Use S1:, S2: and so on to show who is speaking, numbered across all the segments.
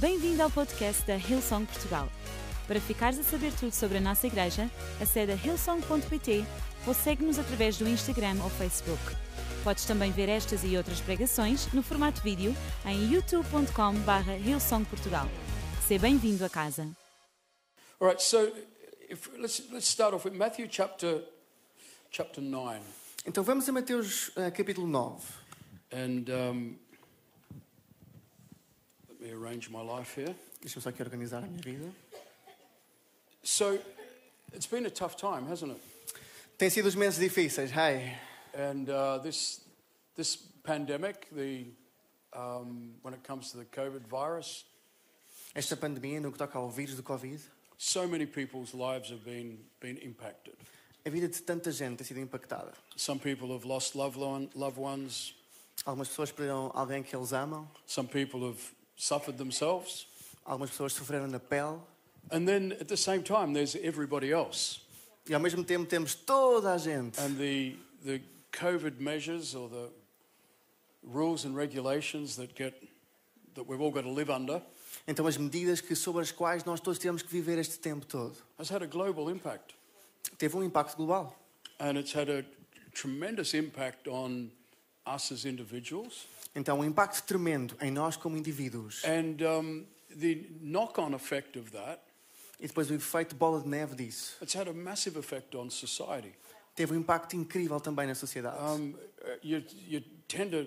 S1: Bem-vindo ao podcast da Hillsong Portugal. Para ficares a saber tudo sobre a nossa igreja, acede a hillsong.pt ou segue-nos através do Instagram ou Facebook. Podes também ver estas e outras pregações no formato vídeo em youtube.com/barra hillsongportugal. Seja bem-vindo a casa.
S2: All right, so if, let's, let's start off with Matthew chapter, chapter 9.
S3: Então vamos a Mateus eh, capítulo 9.
S2: And um, let me arrange my life here.
S3: Deixa-me só aqui organizar a minha vida.
S2: So it's been a tough time, hasn't it?
S3: Tem sido os meses difíceis, ai.
S2: And uh, this, this pandemic, the, um, when it comes to the COVID virus,
S3: Esta pandemia, no que toca ao vírus do Covid,
S2: so many people's lives have been, been impacted.
S3: a vida de tanta gente tem sido impactada.
S2: Some people have lost loved, one, loved ones,
S3: Algumas pessoas perderam alguém que eles amam,
S2: some people have suffered themselves.
S3: algumas pessoas sofreram na pele,
S2: And then at the same time, there's everybody else.
S3: e ao mesmo tempo temos toda a gente.
S2: And the, the COVID measures or the rules and regulations that, get, that we've all got to live under
S3: Então as medidas que, sobre as quais nós todos temos que viver este tempo todo.
S2: has had a global impact.
S3: Teve um impacto global.
S2: And it's had a tremendous impact on us as individuals.
S3: Então um impacto tremendo em nós como indivíduos.
S2: And um, the knock on effect of that,
S3: E depois o efeito bola de neve disso.
S2: it's had a massive effect on society.
S3: Teve um impacto incrível também na sociedade.
S2: Um, uh, you, you tend to,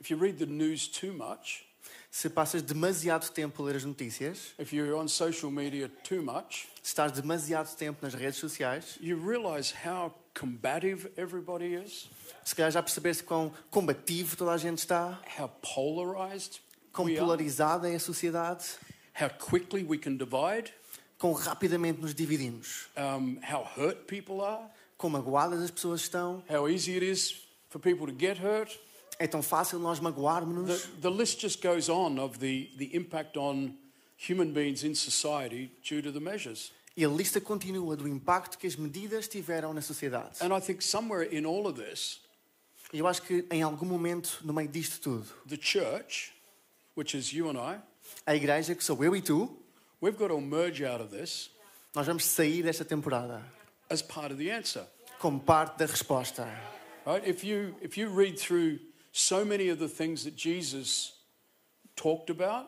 S2: if you read the news too much,
S3: Se passas demasiado tempo a ler as notícias,
S2: if you're on social media too much,
S3: se estás demasiado tempo nas redes sociais,
S2: you realize how combative everybody is.
S3: se calhar já percebeste quão combativo toda a gente está,
S2: how polarized
S3: quão
S2: we are,
S3: polarizada é a sociedade,
S2: how quickly we can divide,
S3: quão rapidamente nos dividimos,
S2: um, how hurt people are,
S3: quão magoadas as pessoas estão.
S2: how easy it is for people to get hurt.
S3: É tão fácil nós
S2: The,
S3: magoarmos-nos.
S2: the list just goes on of the, the impact on human beings in society due to the measures.
S3: E a lista continua do impacto que as medidas tiveram na sociedade.
S2: And I think somewhere in all of this,
S3: E eu acho que em algum momento, no meio disto tudo,
S2: the church, which is you and I,
S3: a igreja, que sou eu e tu,
S2: we've got to emerge out of this
S3: nós vamos sair desta temporada
S2: as part of the answer.
S3: como parte da resposta.
S2: Right? If you if you read through so many of the things that Jesus talked about,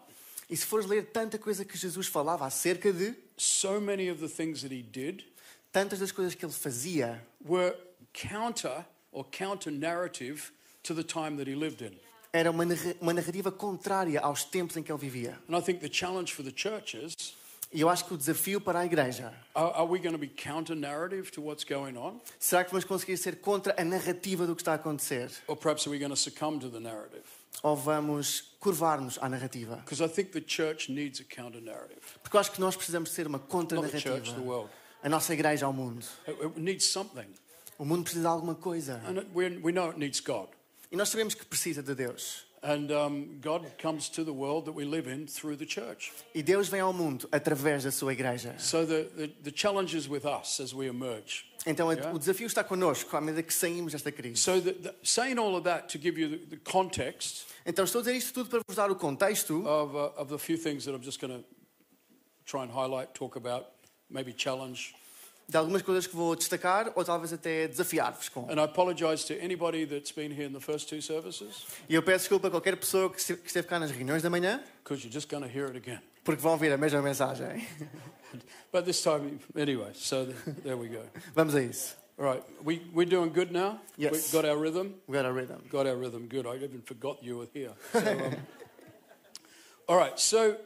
S3: E se fores ler tanta coisa que Jesus falava acerca de,
S2: so many of the things that he did
S3: tantas das coisas que ele fazia
S2: were counter or counter narrative to the time that he lived in.
S3: era uma narra- uma narrativa contrária aos tempos em que ele vivia.
S2: And I think the challenge for the church is
S3: E eu acho que o desafio para a igreja
S2: are, are we going to be counter narrative to what's going on?
S3: será que vamos conseguir ser contra a narrativa do que está a acontecer?
S2: Or perhaps are we going to succumb to the narrative?
S3: Ou vamos curvar-nos à narrativa?
S2: Because I think the church needs a counter narrative.
S3: Porque eu acho que nós precisamos ser uma
S2: Not the church, the
S3: contra-narrativa.
S2: world.
S3: A nossa igreja ao mundo.
S2: It, it needs something.
S3: O mundo precisa de alguma coisa.
S2: And it, we, we know it needs God.
S3: E nós sabemos que precisa de Deus.
S2: And um, God comes to the world that we live in through the church.
S3: E Deus vem ao mundo através da sua igreja.
S2: So the, the, the challenge is with us as we emerge.
S3: Então
S2: Yeah.
S3: a- o desafio está connosco à medida que saímos desta crise.
S2: So, the, the, saying all of that to give you the, the context
S3: Então estou a dizer isto tudo para vos dar o contexto
S2: of, uh, of the few things that I'm just going to try and highlight, talk about, maybe challenge.
S3: de algumas coisas que vou destacar ou talvez até desafiar-vos com.
S2: And I apologize to anybody that's been here in the first two services
S3: E eu peço desculpa a qualquer pessoa que este- que esteve cá nas reuniões da manhã,
S2: because you're just going to hear it again.
S3: porque vão ouvir a mesma mensagem.
S2: But this time, anyway, so th- there we go.
S3: Vamos a isso.
S2: All right, we, we're doing good now?
S3: Yes.
S2: We got our rhythm?
S3: We got a rhythm.
S2: Got our rhythm, good. I even forgot you were here. So, um, all right, so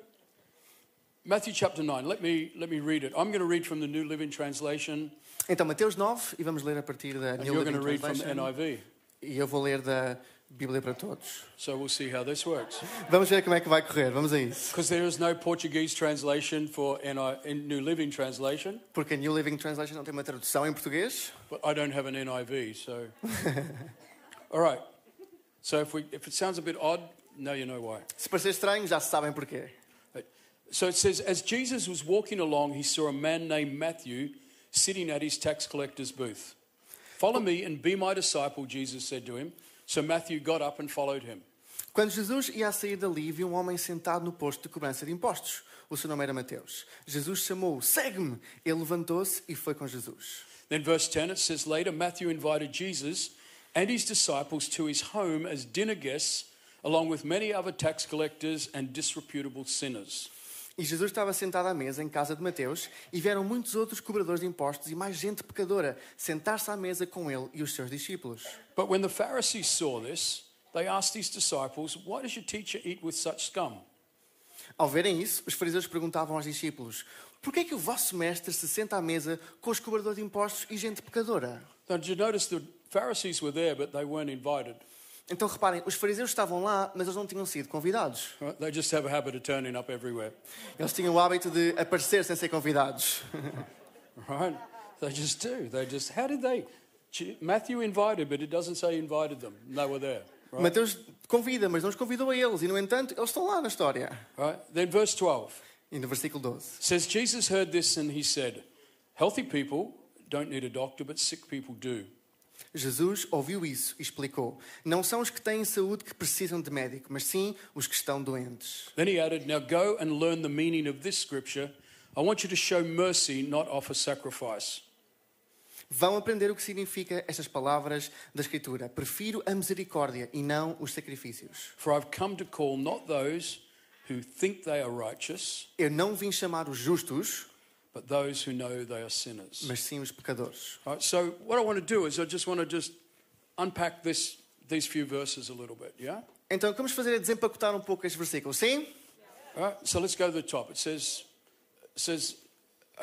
S2: Matthew chapter 9, let me, let me read it. I'm going to read from the New Living Translation,
S3: Então, Mateus 9, e vamos ler a partir da
S2: and
S3: New
S2: you're going
S3: Living
S2: to read from the
S3: Translation.
S2: NIV.
S3: E eu vou ler da Bíblia para Todos.
S2: So we'll see how this works.
S3: Vamos ver como é que vai correr, vamos a isso.
S2: Because there is no Portuguese translation for NI, in New Living Translation,
S3: Porque a New Living Translation não tem uma tradução em português.
S2: but I don't have an NIV, so. All right. So if, we, if it sounds a bit odd, now you know why.
S3: Se parecer estranho, já sabem porquê.
S2: So it says, as Jesus was walking along, he saw a man named Matthew sitting at his tax collector's booth. Follow me and be my disciple, Jesus said to him. So Matthew got up and followed him.
S3: Quando Jesus ia a sair dali, viu um homem sentado no posto de cobrança de impostos. O seu nome era Mateus. Jesus chamou-o, segue-me! Ele levantou-se e foi com Jesus.
S2: Then, verse 10, it says later Matthew invited Jesus and his disciples to his home as dinner guests, along with many other tax collectors and disreputable sinners.
S3: E Jesus estava sentado à mesa em casa de Mateus e vieram muitos outros cobradores de impostos e mais gente pecadora sentar-se à mesa com ele e os seus discípulos.
S2: But when the Pharisees saw this, they asked his disciples, Why does your teacher eat with such scum?
S3: Ao verem isso, os fariseus perguntavam aos discípulos: Por que é que o vosso mestre se senta à mesa com os cobradores de impostos e gente pecadora?
S2: Now, did you notice the Pharisees were there, but they weren't invited?
S3: Então reparem, os fariseus estavam lá, mas eles não tinham sido convidados.
S2: Right? They just have a habit of turning up everywhere,
S3: Eles tinham o hábito de aparecer sem ser convidados.
S2: right? They just do. They just, how did they? Ch- Matthew invited, but it doesn't say he invited them. They were there, right?
S3: Mateus convida, mas não os convidou a eles, e no entanto, eles estão lá na história.
S2: right? Then, verse 12.
S3: E no versículo 12.
S2: says Jesus heard this and he said, Healthy people don't need a doctor, but sick people do.
S3: Jesus ouviu isso e explicou: Não são os que têm saúde que precisam de médico, mas sim os que estão doentes.
S2: Then he added, Now go and learn the meaning of this scripture. I want you to show mercy, not offer sacrifice.
S3: Vão aprender o que significa estas palavras da Escritura. Prefiro a misericórdia e não os sacrifícios.
S2: For I've come to call not those who think they are righteous,
S3: Eu não vim chamar os justos,
S2: but those who know they are sinners.
S3: mas sim os pecadores.
S2: All right, so what I want to do is I just want to just unpack this these few verses a little bit, yeah?
S3: Então, o que vamos fazer é desempacotar um pouco este versículo, sim?
S2: All right, so let's go to the top. It says, it says,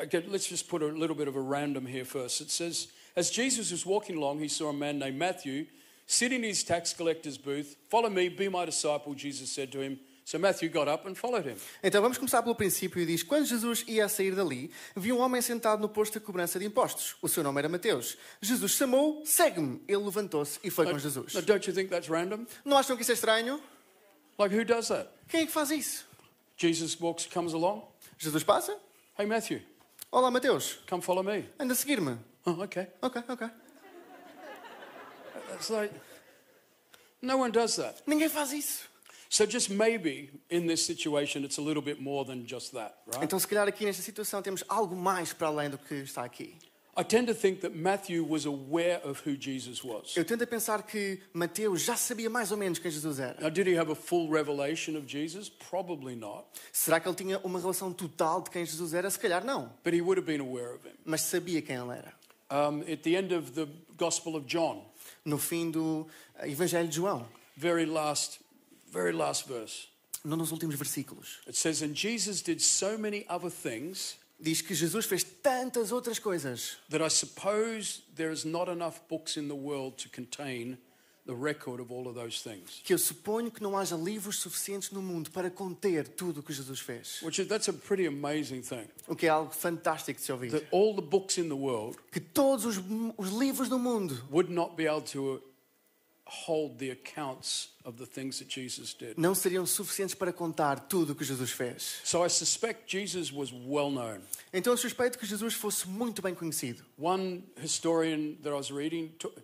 S2: okay, let's just put a little bit of a random here first. It says, as Jesus was walking along, he saw a man named Matthew sit in his tax collector's booth. Follow me, be my disciple, Jesus said to him. So Matthew got up and followed him.
S3: Então, vamos começar pelo princípio e diz: Quando Jesus ia a sair dali, viu um homem sentado no posto de cobrança de impostos. O seu nome era Mateus. Jesus chamou, segue-me. Ele levantou-se e foi com Jesus.
S2: Now, don't you think that's random?
S3: Não acham que isso é estranho?
S2: Like, who does that?
S3: Quem é que faz isso?
S2: Jesus walks, comes along.
S3: Jesus passa?
S2: Hey, Matthew,
S3: Olá, Mateus.
S2: come follow me.
S3: Anda a seguir-me.
S2: Oh, okay.
S3: Ok, ok.
S2: It's like, no one does that.
S3: Ninguém faz isso.
S2: So just maybe in this situation, it's a little bit more than just that, right?
S3: Então, se calhar aqui nesta situação temos algo mais para além do que está aqui.
S2: I tend to think that Matthew was aware of who Jesus was.
S3: Eu tento a pensar que Mateus já sabia mais ou menos quem Jesus era.
S2: Now, did he have a full revelation of Jesus? Probably not.
S3: Será que ele tinha uma relação total de quem Jesus era? Se calhar não,
S2: But he would have been aware of him.
S3: mas sabia quem ele era.
S2: Um, at the end of the Gospel of John,
S3: No fim do eh, Evangelho de João,
S2: very last, very last verse,
S3: num dos últimos versículos,
S2: it says, And Jesus did so many other things
S3: diz que Jesus fez tantas outras coisas
S2: that I suppose there is not enough books in the world to contain the record of all of those things.
S3: que eu suponho que não haja livros suficientes no mundo para conter tudo o que Jesus fez.
S2: Which is, that's a pretty amazing thing.
S3: O que é algo fantástico de se ouvir.
S2: That all the books in the world
S3: Que todos os, os livros do mundo
S2: would not be able to uh, hold the accounts of the things that Jesus did.
S3: não seriam suficientes para contar tudo o que Jesus fez.
S2: So I suspect Jesus was well known.
S3: Então eu suspeito que Jesus fosse muito bem conhecido.
S2: One historian that I was reading t- uh,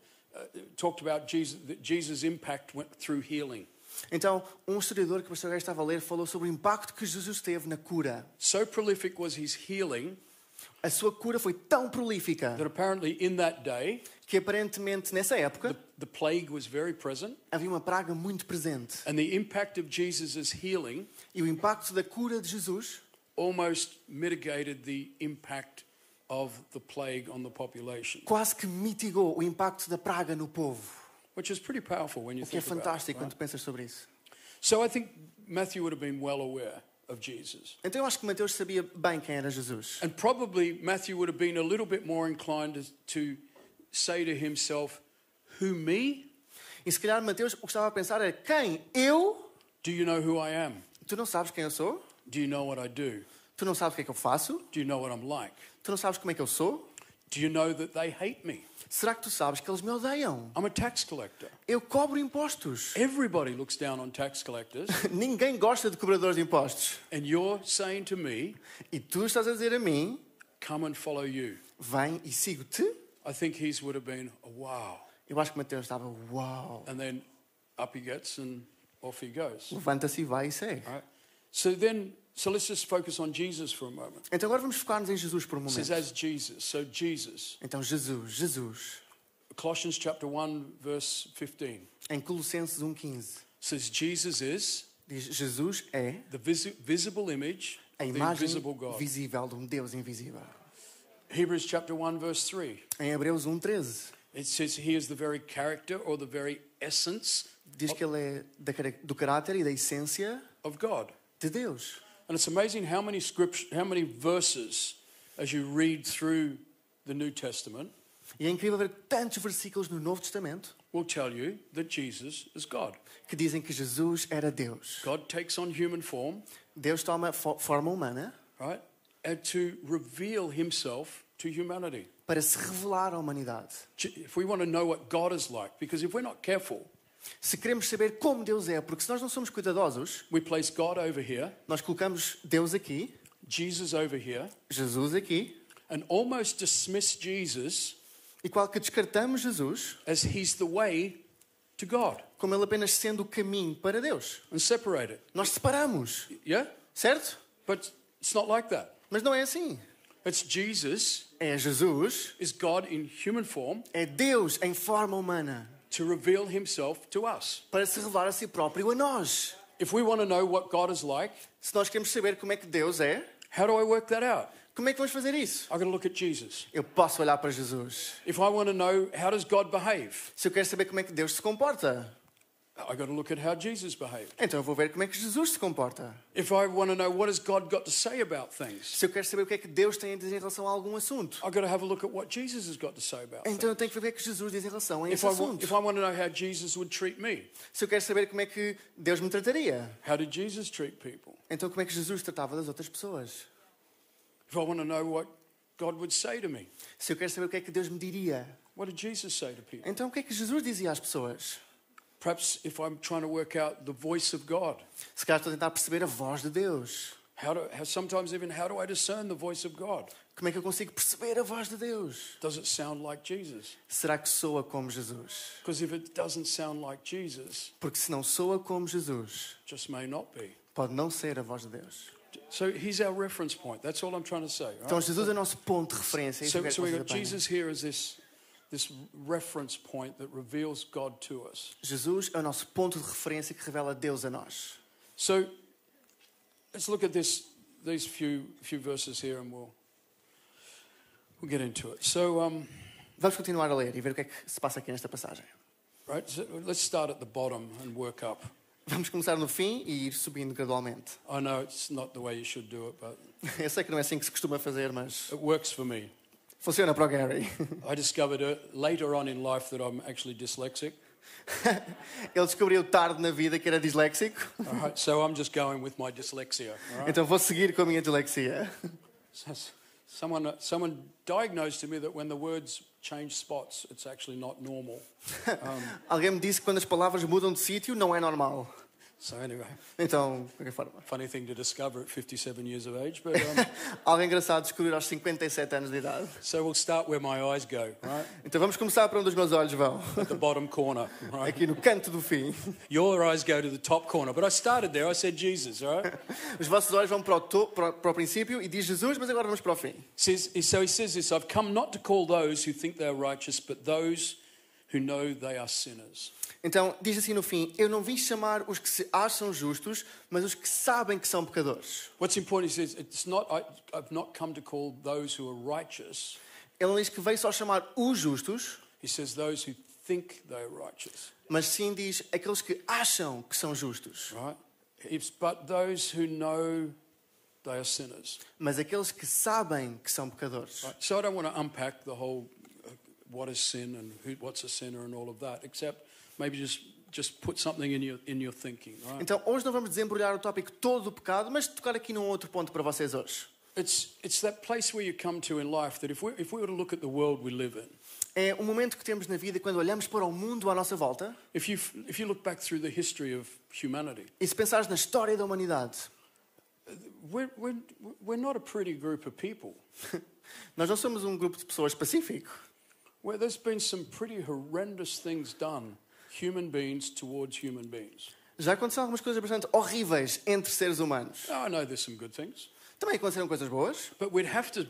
S2: talked about Jesus, that Jesus' impact went through healing.
S3: Então, um historiador que o pastor Gaio estava a ler falou sobre o impacto que Jesus teve na cura.
S2: So prolific was his healing
S3: A sua cura foi tão prolífica
S2: that apparently in that day,
S3: que aparentemente nessa
S2: the,
S3: época
S2: the plague was very present.
S3: havia uma praga muito presente.
S2: And the impact of Jesus' healing
S3: E o impacto da cura de Jesus
S2: almost mitigated the impact of the plague on the population,
S3: quase que mitigou o impacto da praga no povo.
S2: which is pretty powerful when you
S3: O que é
S2: think about it.
S3: fantástico quando pensas sobre isso.
S2: So I think Matthew would have been well aware of Jesus.
S3: Então eu acho que Mateus sabia bem quem era Jesus.
S2: And probably Matthew would have been a little bit more inclined to, to say to himself, Who me?
S3: E se calhar Mateus o que estava a pensar era quem? Eu?
S2: Do you know who I am?
S3: Tu não sabes quem eu sou?
S2: Do you know what I do?
S3: Tu não sabes o que é que eu faço?
S2: Do you know what I'm like?
S3: Tu não sabes como é que eu sou?
S2: Do you know that they hate me?
S3: Será que tu sabes que eles me odeiam?
S2: I'm a tax collector.
S3: Eu cobro impostos.
S2: Everybody looks down on tax collectors,
S3: Ninguém gosta de cobradores de impostos.
S2: and you're saying to me,
S3: E tu estás a dizer a mim,
S2: Come and follow you.
S3: vem e sigo-te?
S2: I think his would have been, Wow.
S3: Eu acho que Mateus estava, uau.
S2: And then up he gets and off he goes.
S3: Levanta-se e vai e segue.
S2: Right? So then, so let's just focus on Jesus for a moment.
S3: Então agora vamos focar-nos em Jesus por um
S2: It
S3: momento.
S2: says, as Jesus. So Jesus.
S3: Então Jesus, Jesus.
S2: Colossians chapter 1, verse 15
S3: Em Colossenses 1.15
S2: says, Jesus is
S3: diz Jesus é
S2: the visi- visible image
S3: a
S2: of the
S3: imagem
S2: invisible God.
S3: visível de um Deus invisível.
S2: Hebrews chapter 1, verse 3.
S3: Em Hebreus 1.13
S2: It says, He is the very character or the very essence
S3: diz que ele é da cara- do caráter e da essência
S2: of God.
S3: de Deus.
S2: And it's amazing how many script, how many verses, as you read through the New Testament,
S3: E é incrível ver tantos versículos no Novo Testamento
S2: will tell you that Jesus is God.
S3: que dizem que Jesus era Deus.
S2: God takes on human form,
S3: Deus toma fo- forma humana
S2: right, and to reveal Himself to humanity.
S3: para se revelar à humanidade.
S2: J- If we want to know what God is like, because if we're not careful,
S3: Se queremos saber como Deus é, porque se nós não somos cuidadosos,
S2: we place God over here,
S3: nós colocamos Deus aqui,
S2: Jesus over here,
S3: Jesus aqui,
S2: and almost dismiss Jesus
S3: e qual que descartamos Jesus
S2: as He's the way to God
S3: como ele apenas sendo o caminho para Deus.
S2: and separate it.
S3: Nós separamos,
S2: Yeah?
S3: certo?
S2: But it's not like that.
S3: Mas não é assim.
S2: It's Jesus
S3: É Jesus,
S2: is God in human form
S3: é Deus em forma humana
S2: to reveal himself to us.
S3: para se revelar a si próprio a nós.
S2: If we want to know what God is like,
S3: Se nós queremos saber como é que Deus é,
S2: how do I work that out?
S3: como é que vamos fazer isso?
S2: I've got to look at Jesus.
S3: Eu posso olhar para Jesus.
S2: If I want to know how does God behave,
S3: Se eu quero saber como é que Deus se comporta,
S2: I've got to look at how Jesus behaved.
S3: então eu vou ver como é que Jesus se comporta.
S2: If I want to know what has God got to say about things,
S3: Se eu quero saber o que é que Deus tem a dizer em relação a algum assunto,
S2: I've got to have a look at what Jesus has got to say about
S3: Então
S2: things.
S3: eu tenho que ver o que é que Jesus diz em relação a
S2: If
S3: esse
S2: I, want,
S3: assunto.
S2: if I want to know how Jesus would treat me,
S3: Se eu quero saber como é que Deus me trataria,
S2: how did Jesus treat people?
S3: então como é que Jesus tratava das outras pessoas?
S2: If I want to know what God would say to me,
S3: Se eu quero saber o que é que Deus me diria,
S2: what did Jesus say to people?
S3: então o que é que Jesus dizia às pessoas?
S2: Perhaps if I'm trying to work out the voice of God,
S3: Se calhar estou a tentar perceber a voz de Deus.
S2: How do, how, sometimes even how do I discern the voice of God?
S3: Como é que eu consigo perceber a voz de Deus?
S2: Does it sound like Jesus?
S3: Será que soa como Jesus?
S2: Because if it doesn't sound like Jesus,
S3: Porque se não soa como Jesus,
S2: it just may not be.
S3: pode não ser a voz de Deus.
S2: So he's our reference point. That's all I'm trying to say.
S3: Então
S2: Right?
S3: Jesus é o nosso ponto de referência. é isso
S2: So,
S3: que eu
S2: so we
S3: quero que
S2: got
S3: vocês apanhem.
S2: Jesus here as this this reference point that reveals God to us.
S3: Jesus é o nosso ponto de referência que revela Deus a nós.
S2: So let's look at this these few few verses here, and we'll we'll get into it. So um,
S3: Vamos continuar a ler e ver o que é que se passa aqui nesta passagem.
S2: right, so let's start at the bottom and work up.
S3: Vamos começar no fim e ir subindo gradualmente.
S2: I know it's not the way you should do it, but
S3: Eu sei que não é assim que se costuma fazer, mas
S2: it works for me.
S3: funciona para o Gary.
S2: I discovered uh, later on in life that I'm actually dyslexic.
S3: Ele descobriu tarde na vida que era disléxico,
S2: All right, so I'm just going with my dyslexia. All right?
S3: então vou seguir com a minha dislexia.
S2: So- someone, someone diagnosed to me that when the words change spots, it's actually not normal.
S3: Alguém me disse que quando as palavras mudam de sítio não é normal.
S2: So anyway,
S3: Então, de qualquer forma.
S2: funny thing to discover at 57 years of age. But um,
S3: Alguém engraçado descobriu aos 57 anos de idade.
S2: so we'll start where my eyes go, right
S3: Então vamos começar para onde os meus olhos vão.
S2: at the bottom corner. Right,
S3: Aqui no canto do fim.
S2: your eyes go to the top corner. But I started there. I said Jesus. All right.
S3: Os vossos olhos vão para o, to- para o- para o princípio e diz Jesus, mas agora vamos para o fim.
S2: Says, so he says this. I've come not to call those who think they are righteous, but those who know they are sinners.
S3: Então, diz assim no fim: Eu não vim chamar os que se acham justos, mas os que sabem que são pecadores.
S2: What's important is this, it's not, I, I've not come to call those who are righteous.
S3: Ele não diz que veio só chamar os justos,
S2: He says those who think they are righteous,
S3: mas sim diz aqueles que acham que são justos.
S2: right? It's but those who know they are sinners.
S3: Mas aqueles que sabem que são pecadores.
S2: Right? So I don't want to unpack the whole uh, what is sin and who, what's a sinner and all of that, except maybe just, just put something in your, in your thinking, right?
S3: Então, hoje não vamos desembrulhar o tópico todo do pecado, mas tocar aqui num outro ponto para vocês hoje.
S2: It's, it's that place where you come to in life that if we, if we were to look at the world we live in,
S3: É um momento que temos na vida quando olhamos para o mundo à nossa volta
S2: if you, if you look back through the history of humanity,
S3: e se pensares na história da humanidade,
S2: we're, we're, we're not a pretty group of people.
S3: nós não somos um grupo de pessoas pacífico.
S2: Well, there's been some pretty horrendous things done, human beings towards human beings.
S3: Já aconteceram algumas coisas bastante horríveis entre seres humanos.
S2: Now, I know there's some good things,
S3: Também aconteceram coisas boas,
S2: but we'd have to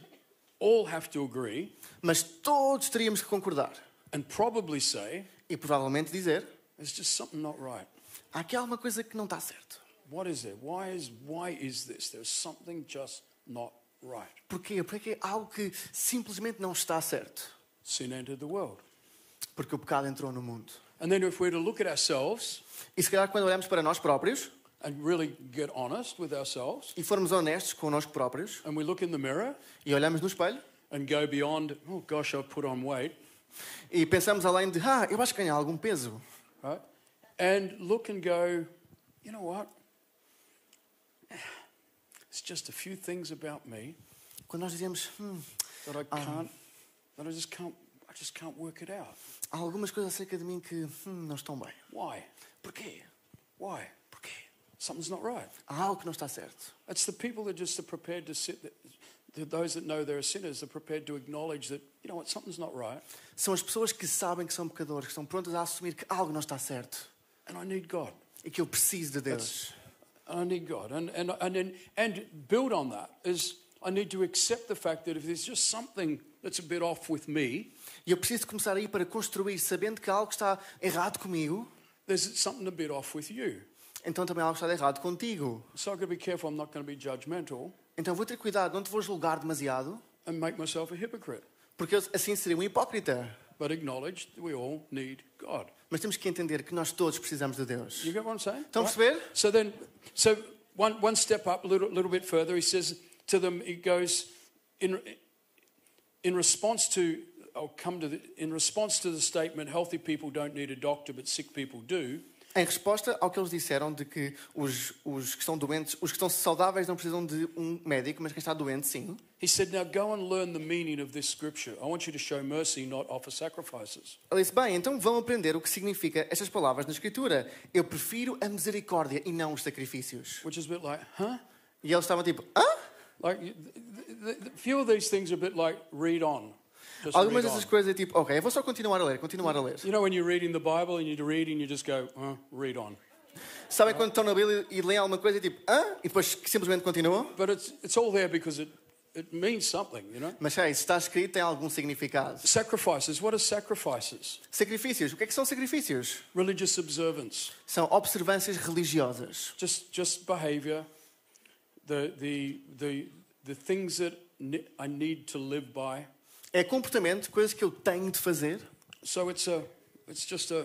S2: all have to agree
S3: mas todos teríamos que concordar
S2: and probably say
S3: e provavelmente dizer:
S2: there's just something not right.
S3: há aqui alguma coisa que não está certo.
S2: What is it? Why is why is this? There's something just not right.
S3: Porquê? Porque é algo que simplesmente não está certo.
S2: Sin entered the world.
S3: Porque o pecado entrou no mundo.
S2: And then if we're to look at ourselves
S3: E se calhar quando olhamos para nós próprios
S2: and really get honest with ourselves
S3: e formos honestos connosco próprios
S2: and we look in the mirror
S3: e olhamos no espelho
S2: and go beyond, oh gosh, I've put on weight,
S3: e pensamos além de, ah, eu acho que ganhei algum peso.
S2: right? And look and go, you know what? It's just a few things about me
S3: Quando nós dizemos, hum,
S2: that I can't, that I just can't, I just can't work it out.
S3: há algumas coisas acerca de mim que hum, não estão bem.
S2: Why?
S3: Porquê?
S2: Why?
S3: Porquê?
S2: Something's not right.
S3: Há algo que não está certo.
S2: It's the people that just are prepared to sit, that those that know they're sinners are prepared to acknowledge that, you know what, something's not right
S3: São as pessoas que sabem que são pecadores, que estão prontas a assumir que algo não está certo
S2: and I need God.
S3: e que eu preciso de Deus.
S2: I need God. And, and, and, then, and build on that is I need to accept the fact that if there's just something that's a bit off with me,
S3: E eu preciso começar aí para construir, sabendo que algo está errado comigo,
S2: there's something a bit off with you.
S3: então também algo está errado contigo.
S2: So I've got to be careful I'm not going to be judgmental
S3: Então vou ter cuidado, não te vou julgar demasiado,
S2: and make myself a hypocrite,
S3: porque eu assim seria um hipócrita.
S2: but acknowledge that we all need God.
S3: Mas temos que entender que nós todos precisamos de Deus.
S2: You get what I'm saying?
S3: Estão a perceber?
S2: So then, so one, one step up, a little, little bit further, he says to them, he goes, in, in response to, I'll come to the, in response to the statement, healthy people don't need a doctor, but sick people do,
S3: Em resposta ao que eles disseram de que os, os que estão doentes, os que estão saudáveis não precisam de um médico, mas quem está doente sim.
S2: he said, now go and learn the meaning of this scripture. I want you to show mercy, not offer sacrifices.
S3: Ele disse, bem, então vão aprender o que significa estas palavras na Escritura. Eu prefiro a misericórdia e não os sacrifícios.
S2: Which is a bit like, huh?
S3: E eles estavam tipo, hã?
S2: Like, th- th- th- th- few of these things are a bit like, read on. Just read
S3: Algumas dessas
S2: on.
S3: coisas é tipo, ok, eu vou só continuar a ler, continuar a ler.
S2: You know, when you're reading the Bible and you're reading, you just go, uh, read on.
S3: Sabem quando estão na Bíblia e leem alguma coisa e tipo, hã? E depois simplesmente continuam?
S2: But it's, it's all there because it, it means something, you know?
S3: Mas sei, se está escrito tem algum significado.
S2: Sacrifices, what are sacrifices?
S3: Sacrifícios, o que é que são sacrifícios?
S2: Religious observance,
S3: São observâncias religiosas.
S2: just, just behavior, the, the, the, the things that ne- I need to live by.
S3: É comportamento, coisas que eu tenho de fazer.
S2: So it's, a, it's just a,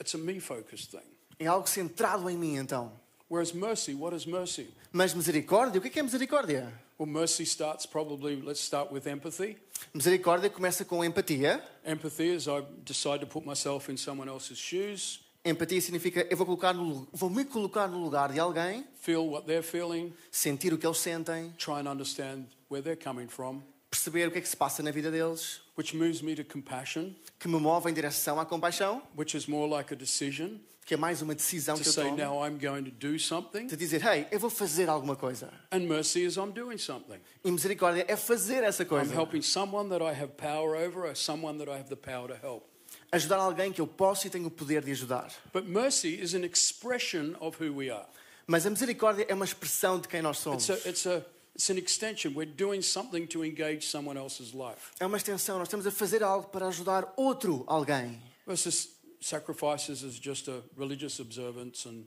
S2: it's a me focused thing.
S3: É algo centrado em mim então.
S2: Whereas mercy, what is mercy?
S3: Mas misericórdia, o que é que é misericórdia?
S2: Well, mercy starts probably, let's start with empathy.
S3: Misericórdia começa com empatia.
S2: Empathy is I decide to put myself in someone else's shoes,
S3: Empatia significa eu vou, colocar no lu- vou me colocar no lugar de alguém,
S2: feel what they're feeling,
S3: sentir o que eles sentem,
S2: try and understand where they're coming from,
S3: perceber o que é que se passa na vida deles,
S2: which moves me to compassion,
S3: que me move em direção à compaixão,
S2: which is more like a decision
S3: que é mais uma decisão
S2: to
S3: que eu
S2: say,
S3: tomo,
S2: now I'm going to do something.
S3: de dizer, hey, eu vou fazer alguma coisa.
S2: And mercy is I'm doing something.
S3: E misericórdia é fazer essa
S2: I'm
S3: coisa.
S2: helping someone that I have power over or someone that I have the power to help.
S3: Ajudar alguém que eu posso e tenho o poder de ajudar.
S2: But mercy is an expression of who we are.
S3: Mas a misericórdia é uma expressão de quem nós somos.
S2: It's, a, it's, a, it's an extension. We're doing something to engage someone else's life.
S3: É uma extensão, nós estamos a fazer algo para ajudar outro alguém.
S2: Versus sacrifices is just a religious observance. And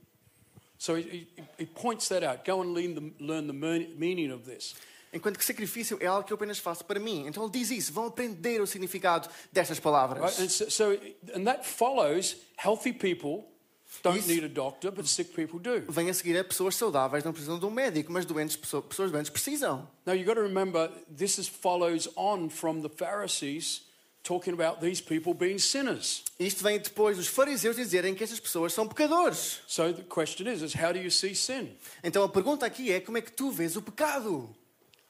S2: so he, he, he points that out. Go and learn the, learn the mean- meaning of this.
S3: Enquanto que sacrifício é algo que eu apenas faço para mim. Então ele diz isso, vão aprender o significado destas palavras.
S2: Right? And so, so, and that follows healthy people don't
S3: Yes.
S2: need a doctor, but sick people do.
S3: Vem a seguir a pessoas saudáveis, não precisam de um médico, mas doentes, pessoa- pessoas doentes precisam.
S2: Now you've got to remember this is follows on from the Pharisees talking about these people being sinners.
S3: Isto vem depois dos fariseus dizerem que estas pessoas são pecadores.
S2: So the question is, is how do you see sin?
S3: Então a pergunta aqui é como é que tu vês o pecado?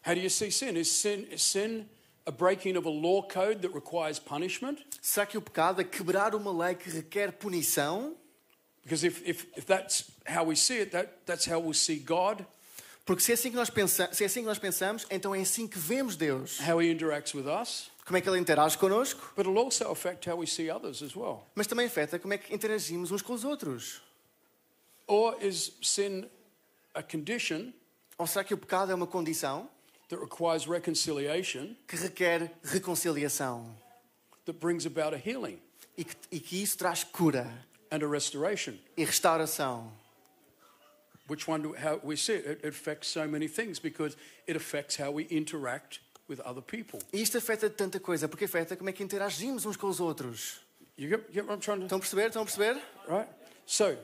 S2: How do you see sin? Is sin is sin a breaking of a law code that requires punishment?
S3: Será que o pecado é quebrar uma lei que requer punição?
S2: Because if, if, if that's how we see it, that, that's how we'll see God,
S3: Porque se é, assim que nós pensa- se é assim que nós pensamos, então é assim que vemos Deus.
S2: how he interacts with us,
S3: Como é que ele interage connosco?
S2: but it'll also affect how we see others as well.
S3: Mas também afeta como é que interagimos uns com os outros.
S2: Or is sin a condition
S3: Ou será que o pecado é uma condição
S2: that requires reconciliation
S3: que requer reconciliação
S2: that brings about a healing
S3: e que, e que isso traz cura
S2: and a restoration?
S3: e restauração?
S2: Which one do how we see it? It affects so many things because it affects how we interact with other people.
S3: E isto afeta tanta coisa, porque afeta como é que interagimos uns com os outros.
S2: You get, get what I'm trying to
S3: Estão a perceber? Estão a perceber?
S2: right? So,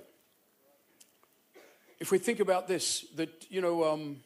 S2: if we think about this, that you know, um,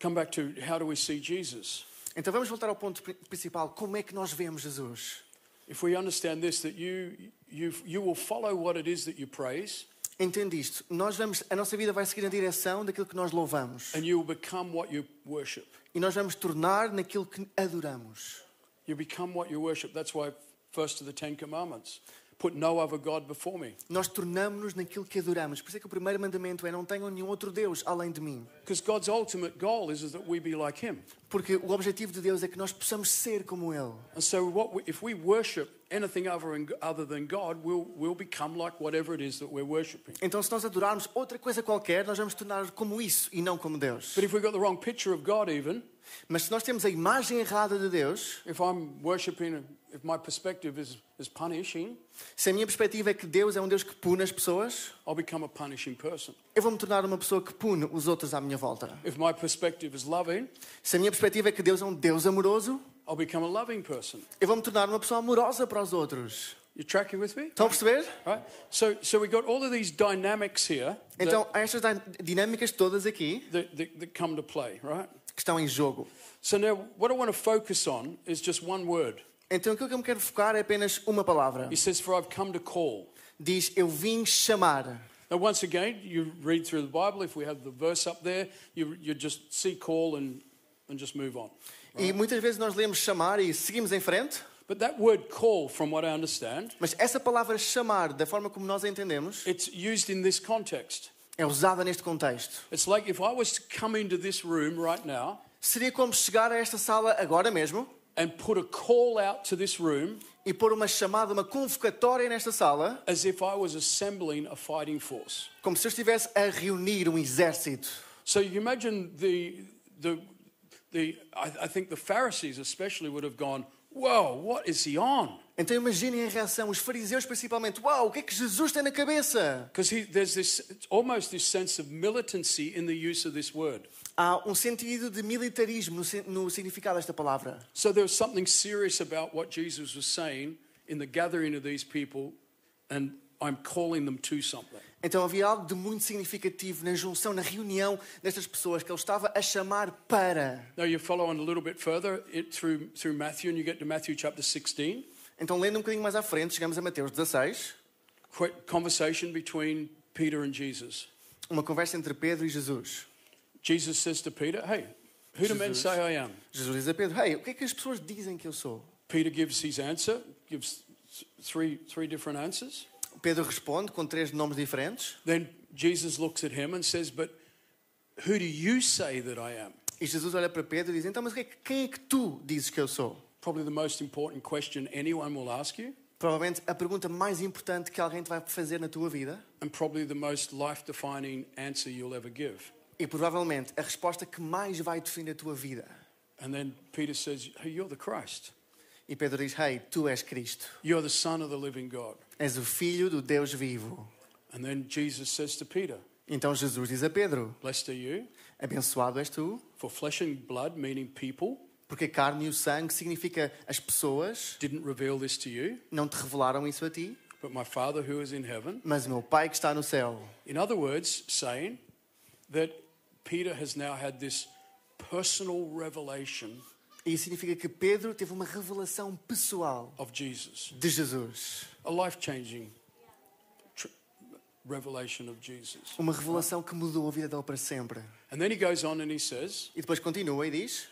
S2: come back to how do we see Jesus?
S3: Então vamos voltar ao ponto pri- principal. Como é que nós vemos Jesus?
S2: If we understand this, that you you you will follow what it is that you praise,
S3: Entende isto? Nós vamos, a nossa vida vai seguir na direção daquilo que nós louvamos.
S2: and you will become what you worship.
S3: E nós vamos tornar naquilo que adoramos.
S2: You become what you worship. That's why first of the Ten Commandments, put no other god before me,
S3: Nós tornamos-nos naquilo que adoramos. Por isso é que o primeiro mandamento é: não tenham nenhum outro Deus além de mim.
S2: because God's ultimate goal is, is that we be like Him.
S3: Porque o objetivo de Deus é que nós possamos ser como Ele.
S2: And so, what we, if we worship anything other, and, other than God, we'll, we'll become like whatever it is that we're worshiping.
S3: Então, se nós adorarmos outra coisa qualquer, nós vamos tornar como isso e não como Deus.
S2: But if we've got the wrong picture of God, even,
S3: Mas se nós temos a imagem errada de Deus,
S2: if I'm worshipping, if my perspective is, is punishing,
S3: se a minha perspectiva é que Deus é um Deus que pune as pessoas,
S2: I'll become a punishing person.
S3: eu vou-me tornar uma pessoa que pune os outros à minha volta.
S2: If my perspective is loving,
S3: Se a minha perspectiva é que Deus é um Deus amoroso,
S2: I'll become a loving person.
S3: eu vou-me tornar uma pessoa amorosa para os outros.
S2: You tracking with me?
S3: Estão a perceber?
S2: Right? So, so we've got all of these dynamics here that,
S3: Então, há estas din- dinâmicas todas aqui
S2: that, that, that come to play, right?
S3: que estão em jogo.
S2: So now, what I want to focus on is just one word.
S3: Então, aquilo que eu me quero focar é apenas uma palavra.
S2: He says, For I've come to call.
S3: Diz: Eu vim chamar.
S2: Now, once again, you read through the Bible, if we have the verse up there, you, you just see call and, and just move on.
S3: E muitas vezes nós lemos chamar e seguimos em frente,
S2: But that word call, from what I understand,
S3: mas essa palavra chamar, da forma como nós a entendemos,
S2: it's used in this context.
S3: é usada neste contexto.
S2: It's like if I was to come into this room right now
S3: Seria como chegar a esta sala agora mesmo
S2: and put a call out to this room
S3: e pôr uma chamada, uma convocatória nesta sala,
S2: as if I was assembling a fighting force.
S3: como se eu estivesse a reunir um exército.
S2: So you imagine the, the, the I, I think the Pharisees especially would have gone, whoa, what is he on?
S3: Então imaginem a reação, os fariseus principalmente. Uau, o que é que Jesus tem na cabeça?
S2: Because there's this, it's almost this sense of militancy in the use of this word.
S3: Há um sentido de militarismo no sen- no significado desta palavra.
S2: So there was something serious about what Jesus was saying in the gathering of these people, and I'm calling them to something.
S3: Então havia algo de muito significativo na junção, na reunião destas pessoas que ele estava a chamar para.
S2: Now you follow on a little bit further it, through, through Matthew, and you get to Matthew chapter 16,
S3: Então, lendo um bocadinho mais à frente, chegamos a Mateus 16,
S2: quick conversation between Peter and Jesus.
S3: uma conversa entre Pedro e Jesus.
S2: Jesus says to Peter, Hey, who do men say I am?
S3: Jesus diz a Pedro: Ei, o que é que as pessoas dizem que eu sou?
S2: Peter gives his answer, gives th- three, three different answers.
S3: Pedro responde com três nomes diferentes.
S2: Then Jesus looks at him and says, But who do you say that I am?
S3: E Jesus olha para Pedro e diz: Então, mas o que é que- quem é que tu dizes que eu sou?
S2: Probably the most important question anyone will ask you,
S3: Provavelmente a pergunta mais importante que alguém te vai fazer na tua vida
S2: and probably the most life defining answer you'll ever give.
S3: e provavelmente a resposta que mais vai definir a tua vida.
S2: And then Peter says, hey, You're the Christ.
S3: E Pedro diz: Ei, tu és Cristo,
S2: You're the Son of the living God.
S3: és o Filho do Deus vivo.
S2: And then Jesus says to Peter,
S3: Então Jesus diz a Pedro:
S2: Blessed are you,
S3: Abençoado és tu,
S2: for flesh and blood, meaning people,
S3: porque a carne e o sangue significa as pessoas
S2: didn't reveal this to you,
S3: não te revelaram isso a ti,
S2: but my Father who is in heaven.
S3: mas o meu Pai que está no céu.
S2: In other words, saying that Peter has now had this personal revelation
S3: E isso significa que Pedro teve uma revelação pessoal
S2: of Jesus,
S3: de Jesus,
S2: a life changing tr- revelation of Jesus.
S3: uma revelação que mudou a vida dele para sempre.
S2: And then he goes on and he says,
S3: E depois continua e diz: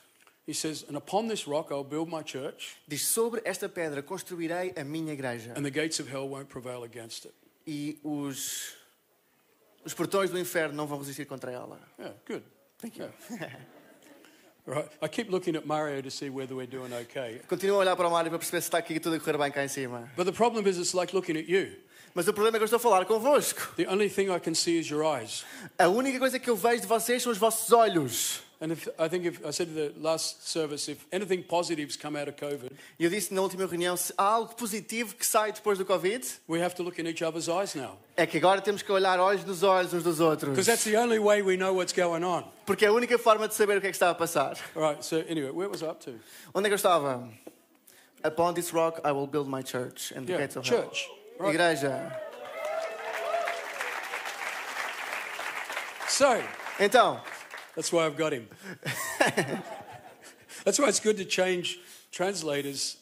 S2: He says, And upon this rock I'll build my church,
S3: Diz sobre esta pedra construirei a minha igreja
S2: and the gates of hell won't prevail against it.
S3: e os os portões do inferno não vão resistir contra ela.
S2: Yeah, good. Thank you. Right? I keep looking at Mario to see whether we're doing okay.
S3: Continuo a olhar para o Mário para perceber se está aqui tudo a correr bem cá em cima.
S2: But the problem is, it's like looking at you.
S3: Mas o problema é que eu estou a falar convosco.
S2: The only thing I can see is your eyes.
S3: A única coisa que eu vejo de vocês são os vossos olhos.
S2: And if, I think if I said to the last service, if anything positive's come out of COVID,
S3: E eu disse na última reunião, se há algo positivo que sai depois do Covid,
S2: we have to look in each other's eyes now.
S3: é que agora temos que olhar olhos nos olhos uns dos outros.
S2: Because that's the only way we know what's going on.
S3: Porque é a única forma de saber o que é que está a passar.
S2: All right, so anyway, where was I up to?
S3: Onde é que eu estava? Upon this rock I will build my church and the
S2: Yeah,
S3: gates of hell.
S2: church. Right.
S3: Igreja.
S2: So,
S3: Então,
S2: that's why I've got him. that's why it's good to change translators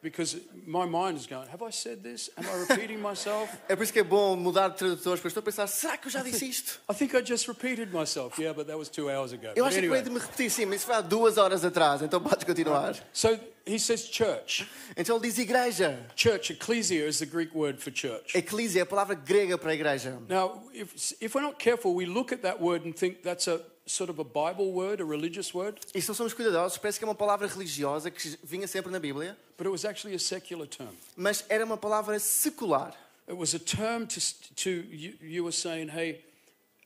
S2: because my mind is going, have I said this? Am I repeating myself?
S3: é por isso que é bom mudar de tradutores, porque eu estou a pensar, será que eu já disse isto?
S2: I think I just repeated myself. Yeah, but that was two hours ago. But
S3: Eu acho que
S2: anyway,
S3: foi de me repetir, sim, mas isso foi há duas horas atrás, então podes continuar.
S2: so he says church.
S3: Então ele diz igreja.
S2: Church, ecclesia is the Greek word for church.
S3: Eclesia é a palavra grega para igreja.
S2: Now, if, if we're not careful, we look at that word and think that's a sort of a Bible word, a religious word,
S3: E se não somos cuidadosos, parece que é uma palavra religiosa que vinha sempre na Bíblia,
S2: but it was actually a secular term.
S3: mas era uma palavra secular.
S2: It was a term to, to you, you were saying, hey,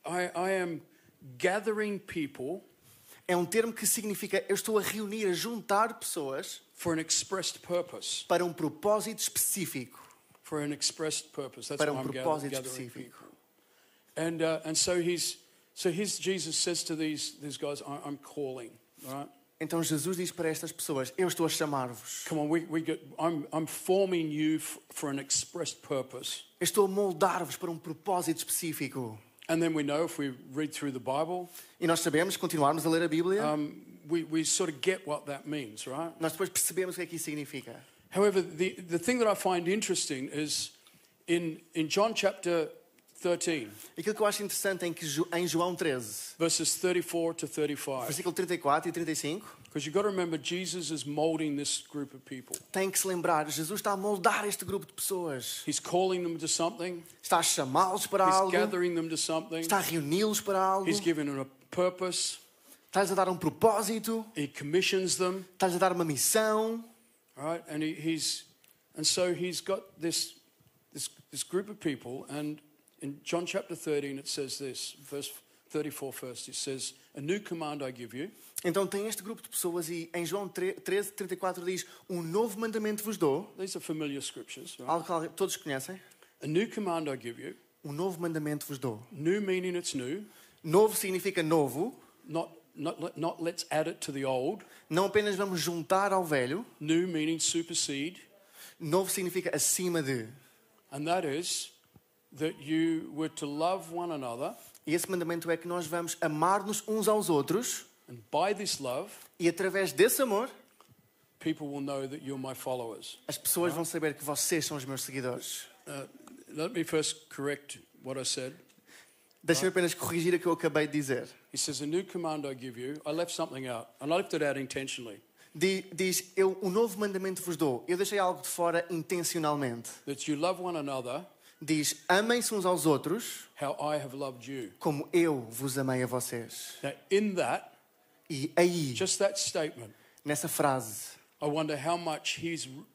S2: I, I am gathering people
S3: É um termo que significa eu estou a reunir, a juntar pessoas
S2: for an expressed purpose.
S3: para um propósito específico.
S2: For an expressed purpose. That's
S3: Para
S2: why
S3: um
S2: I'm gather-
S3: propósito
S2: gathering
S3: específico.
S2: people. And, uh, and so he's, so he's, Jesus says to these, these guys, I, I'm calling, all right?
S3: Então Jesus diz para estas pessoas: Eu estou a chamar-vos,
S2: Come on, we, we get, I'm, I'm forming you f- for an expressed purpose.
S3: eu estou a moldar-vos para um propósito específico.
S2: And then we know if we read through the Bible,
S3: E nós sabemos, continuarmos a ler a Bíblia,
S2: we, we sort of get what that means, right?
S3: nós depois percebemos o que é que isso significa.
S2: However, the, the thing that I find interesting is in, in John chapter 13,
S3: Aquilo que eu acho interessante é que Jo- em João 13,
S2: verses 34 to 35,
S3: versículo 34 e 35,
S2: because you've got to remember Jesus is molding this group of people.
S3: tem que se lembrar: Jesus está a moldar este grupo de pessoas,
S2: He's calling them to something,
S3: está a chamá-los para
S2: he's
S3: algo,
S2: gathering them to something,
S3: está a reuni-los para algo,
S2: he's giving them a purpose,
S3: está-lhes a dar um propósito,
S2: he commissions them,
S3: está-lhes a dar uma missão.
S2: all right? And, he, he's, and so he's got this, this, this group of people, and in John chapter 13, it says this, verse 34 first, it says, A new command I give you.
S3: Então tem este grupo de pessoas e em João 13, 34 diz: Um novo mandamento vos dou.
S2: These are familiar scriptures. Right?
S3: Algo que alguém- todos conhecem?
S2: A new command I give you.
S3: Um novo mandamento vos dou.
S2: New meaning it's new.
S3: Novo significa novo.
S2: Not, not, let- not let's add it to the old.
S3: Não apenas vamos juntar ao velho.
S2: New meaning supersede.
S3: Novo significa acima de.
S2: And that is that you were to love one another.
S3: E esse mandamento é que nós vamos amar-nos uns aos outros.
S2: And by this love,
S3: E através desse amor,
S2: people will know that you're my followers.
S3: as pessoas vão saber que vocês são os meus seguidores.
S2: Uh, let me first correct what I said.
S3: Deixem-me apenas corrigir o que eu acabei de dizer.
S2: He says, A new command I give you. I left something out. And I left it out intentionally
S3: Di- Diz, eu um novo mandamento vos dou. Eu deixei algo de fora intencionalmente.
S2: that you love one another
S3: Diz, amem-se uns aos outros
S2: how I have loved you.
S3: como eu vos amei a vocês.
S2: Now, in that,
S3: E aí,
S2: just that statement,
S3: nessa frase,
S2: I wonder how much he's re-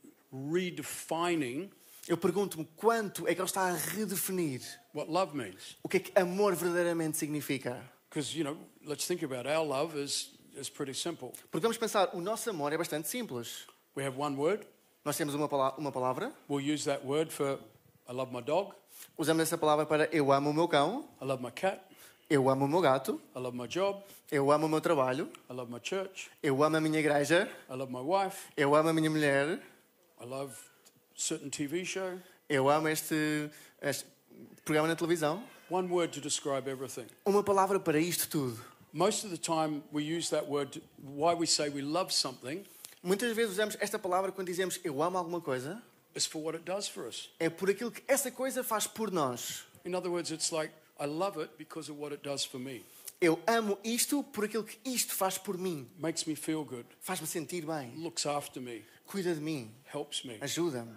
S2: redefining
S3: Eu pergunto-me quanto é que ele está a redefinir
S2: what love means.
S3: o que é que amor verdadeiramente significa.
S2: Because, you know, let's think about it. our love is, is pretty simple.
S3: Porque vamos pensar, o nosso amor é bastante simples.
S2: We have one word,
S3: Nós temos uma, pala- uma palavra,
S2: we'll use that word for I love my dog,
S3: usamos essa palavra para eu amo o meu cão,
S2: I love my cat,
S3: eu amo o meu gato,
S2: I love my job,
S3: eu amo o meu trabalho,
S2: I love my church,
S3: eu amo a minha igreja,
S2: I love my wife,
S3: eu amo a minha mulher,
S2: I love certain TV show.
S3: eu amo este, este programa na televisão.
S2: One word to describe everything.
S3: Uma palavra para isto tudo.
S2: Most of the time, we use that word, to, why we say we love something
S3: Muitas vezes usamos esta palavra quando dizemos eu amo alguma coisa,
S2: is for what it does for us.
S3: é por aquilo que essa coisa faz por nós.
S2: In other words, it's like, I love it because of what it does for me.
S3: Eu amo isto por aquilo que isto faz por mim.
S2: Makes me feel good.
S3: Faz-me sentir bem.
S2: looks after me,
S3: Cuida de mim.
S2: helps me.
S3: Ajuda-me.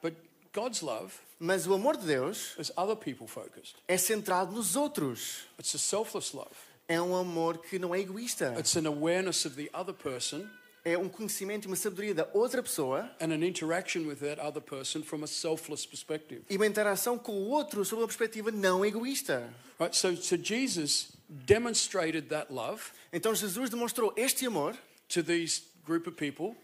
S2: But God's love
S3: Mas o amor de Deus
S2: is other people focused.
S3: é centrado nos outros.
S2: It's a selfless love.
S3: é um amor que não é egoísta.
S2: It's an awareness of the other person
S3: É um conhecimento e uma sabedoria da outra pessoa
S2: and an interaction with that other person from a selfless perspective.
S3: e uma interação com o outro sob uma perspectiva não egoísta.
S2: Right? So, so Jesus demonstrated that love
S3: Então Jesus demonstrou este amor
S2: to these group of people,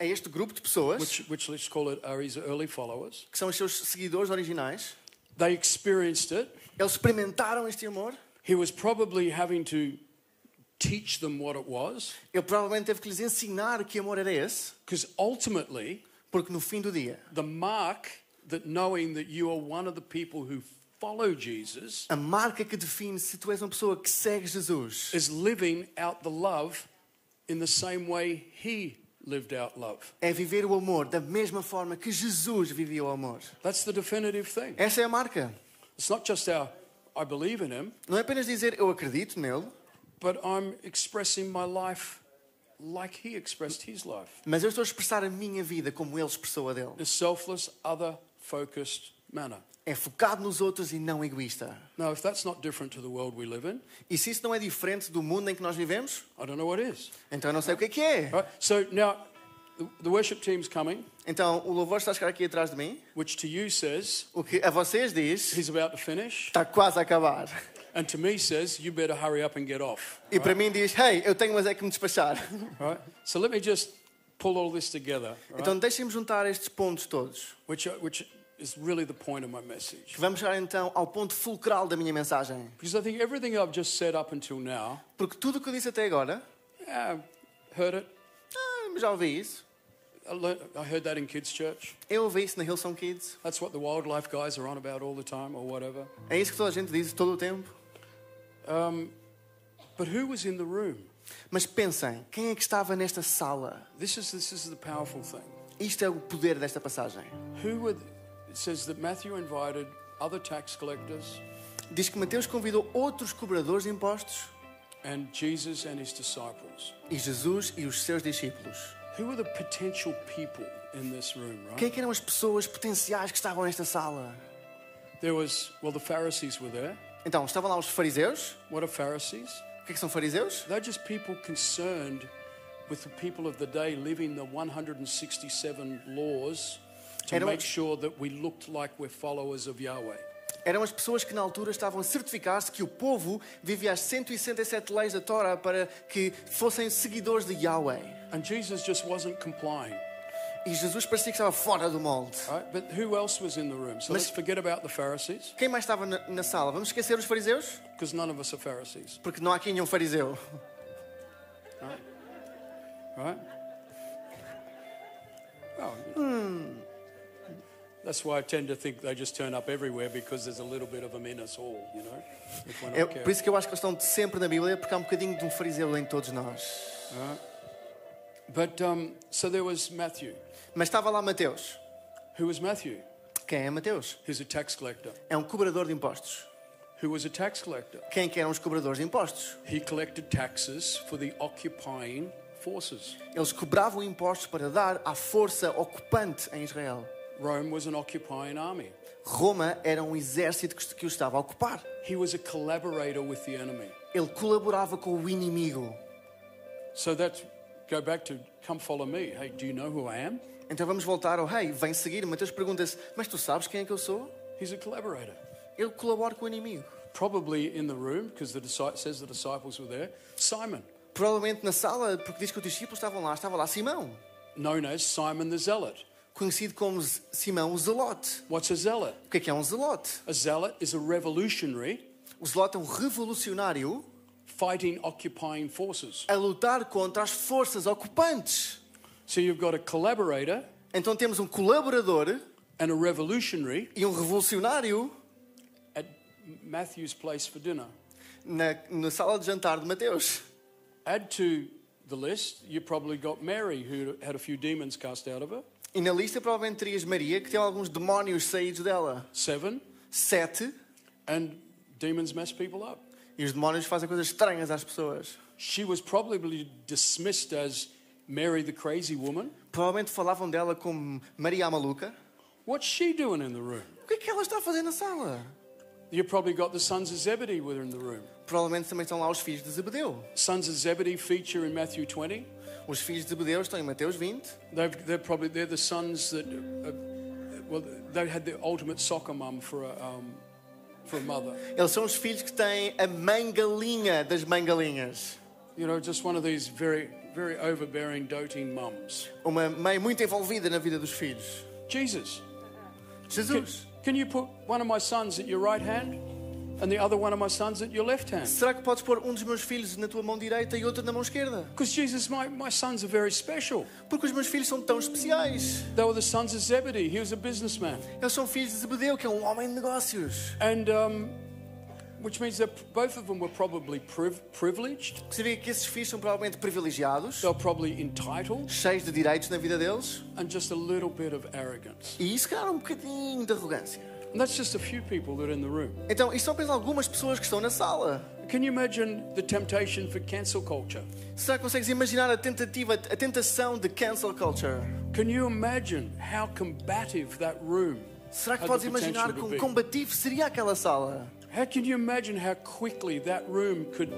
S3: a este grupo de pessoas,
S2: which, which let's call it are his early followers.
S3: que são os seus seguidores originais.
S2: They experienced it.
S3: Eles experimentaram este amor.
S2: He was probably having to teach them what it was,
S3: Ele provavelmente teve que lhes ensinar que amor era esse,
S2: because ultimately,
S3: porque no fim do dia,
S2: the mark that knowing that you are one of the people who follow Jesus
S3: a marca que define se tu és uma pessoa que segue Jesus
S2: is living out the love in the same way he lived out love.
S3: é viver o amor da mesma forma que Jesus vivia o amor.
S2: That's the definitive thing.
S3: Essa é a marca.
S2: It's not just our, I believe in him,
S3: Não é apenas dizer eu acredito nele,
S2: but I'm expressing my life like he expressed his life
S3: mas eu estou a expressar a minha vida como ele expressou a dele.
S2: in a selfless, other focused manner.
S3: É focado nos outros e não egoísta.
S2: Now, if that's not different to the world we live in,
S3: E se isso não é diferente do mundo em que nós vivemos,
S2: I don't know what is.
S3: então eu não sei o que é que é.
S2: All right, so now the- the worship team's coming,
S3: Então o louvor está a chegar aqui atrás de mim.
S2: which to you says
S3: O que a vocês diz
S2: he's about to finish.
S3: está quase a acabar.
S2: And to me says, you better hurry up and get off.
S3: E para mim diz, hey, eu tenho mas é que me despachar.
S2: All right? So let me just pull all this together, all right?
S3: Então deixem-me juntar estes pontos todos.
S2: which, uh, which is really the point of my message.
S3: Que Vamos chegar então ao ponto fulcral da minha mensagem.
S2: Because I think everything I've just said up until now,
S3: Porque tudo o que eu disse até agora,
S2: yeah, I heard it.
S3: ah, já ouvi isso.
S2: I, learned, I heard that in kids' church.
S3: Eu ouvi isso na Hillsong Kids.
S2: That's what the wildlife guys are on about all the time or whatever.
S3: É isso que toda a gente diz todo o tempo.
S2: But who was in the room?
S3: Mas pensem, quem é que estava nesta sala?
S2: This is, this is the powerful thing.
S3: Isto é o poder desta passagem.
S2: Who were, the, it says that Matthew invited other tax collectors
S3: Diz que Mateus convidou outros cobradores de impostos
S2: and Jesus and his disciples.
S3: e Jesus e os seus discípulos.
S2: Who were the potential people in this room, right?
S3: Quem é que eram as pessoas potenciais que estavam nesta sala?
S2: There was, well, the Pharisees were there.
S3: Então, estavam lá os fariseus.
S2: What are Pharisees?
S3: O que é que são fariseus?
S2: They're just people concerned with the people of the day living the 167 laws to
S3: And it
S2: make
S3: was-
S2: sure that we looked like we're followers of Yahweh.
S3: Eram as pessoas que na altura estavam a certificar-se que o povo vivia as 167 leis da Torá para que fossem seguidores de Yahweh.
S2: And Jesus just wasn't complying,
S3: E Jesus parecia que estava fora do molde.
S2: right? But who else was in the room? So
S3: Mas-
S2: let's forget about the Pharisees,
S3: Quem mais estava na, na sala? Vamos esquecer os fariseus?
S2: because none of us are Pharisees,
S3: Porque não há aqui nenhum fariseu.
S2: right? Oh, That's why I tend to think they just turn up everywhere because there's a little bit of them in us all, you know? If we're not
S3: É
S2: careful.
S3: por isso que eu acho que eles estão sempre na Bíblia, porque há um bocadinho de um fariseu em todos nós.
S2: But um, so there was Matthew.
S3: Mas estava lá Mateus.
S2: Who was Matthew?
S3: Quem é Mateus?
S2: He's a tax collector.
S3: É um cobrador de impostos.
S2: Who was a tax collector?
S3: Quem que eram os cobradores de impostos?
S2: He collected taxes for the occupying forces.
S3: Eles cobravam impostos para dar à força ocupante em Israel.
S2: Rome was an occupying army.
S3: Roma era um exército que os- que o estava a ocupar.
S2: He was a collaborator with the enemy.
S3: Ele colaborava com o inimigo.
S2: So that's go back to come follow me. Hey, do you know who I am?
S3: Então vamos voltar ao rei. Vem seguir. Mateus pergunta-se: Mas tu sabes quem é que eu sou?
S2: He's a collaborator.
S3: Ele colabora com o inimigo.
S2: Probably in the room, because the disci- says the disciples were there. Simon,
S3: Provavelmente na sala, porque diz que os discípulos estavam lá. Estava lá Simão,
S2: known as Simon the Zealot.
S3: conhecido como Z- Simão o Zelote.
S2: What's a zealot?
S3: O que é que é um zelote?
S2: A zealot is a revolutionary
S3: O zelote é um revolucionário
S2: fighting occupying forces.
S3: a lutar contra as forças ocupantes.
S2: So you've got a collaborator
S3: Então temos um colaborador
S2: and a revolutionary
S3: e um revolucionário
S2: at Matthew's place for dinner.
S3: na, na sala de jantar de Mateus.
S2: Add to the list, you probably got Mary, who had a few demons cast out of her.
S3: E na lista provavelmente terias Maria, que tem alguns demónios saídos dela.
S2: Seven,
S3: Sete.
S2: and demons mess people up.
S3: E os demónios fazem coisas estranhas às pessoas.
S2: She was probably dismissed as Mary the crazy woman.
S3: Provavelmente falavam dela como Maria a Maluca.
S2: What's she doing in the room?
S3: O que é que ela está a fazer na sala?
S2: You probably got the sons of Zebedee within the room.
S3: Provavelmente também estão lá os filhos de Zebedeu.
S2: Sons of Zebedee feature in Matthew 20.
S3: Os filhos de Zebedeu estão em Mateus 20.
S2: They've, they're probably they're the sons that, uh, uh, well, they had the ultimate soccer mum for a, um, for a mother.
S3: Eles são os filhos que têm a mangalinha das mangalinhas.
S2: You know, just one of these very, very overbearing, doting mums.
S3: Uma mãe muito envolvida na vida dos filhos.
S2: Jesus, can,
S3: Jesus,
S2: can you put one of my sons at your right hand and the other one of my sons at your left hand?
S3: será que podes pôr um dos meus filhos na tua mão direita e outro na mão esquerda?
S2: Because Jesus, my, my sons are very special.
S3: Porque os meus filhos são tão especiais.
S2: They were the sons of Zebedee. He was a businessman.
S3: Eles são filhos de Zebedeu, que é um homem de negócios.
S2: And um, which means that both of them were probably priv- privileged.
S3: Significa que esses filhos são provavelmente privilegiados,
S2: They were probably entitled
S3: cheios de direitos na vida deles,
S2: and just a little bit of arrogance.
S3: e se calhar um bocadinho de arrogância.
S2: And that's just a few people that are in the room.
S3: Então, isto são apenas algumas pessoas que estão na sala.
S2: Can you imagine the temptation for cancel culture?
S3: Será que consegues imaginar a tentativa, a tentação de cancel culture?
S2: Can you imagine how combative that room?
S3: Será que
S2: had
S3: podes
S2: the potential
S3: imaginar
S2: to
S3: quão
S2: be?
S3: combativo seria aquela sala?
S2: How can you imagine how quickly that room could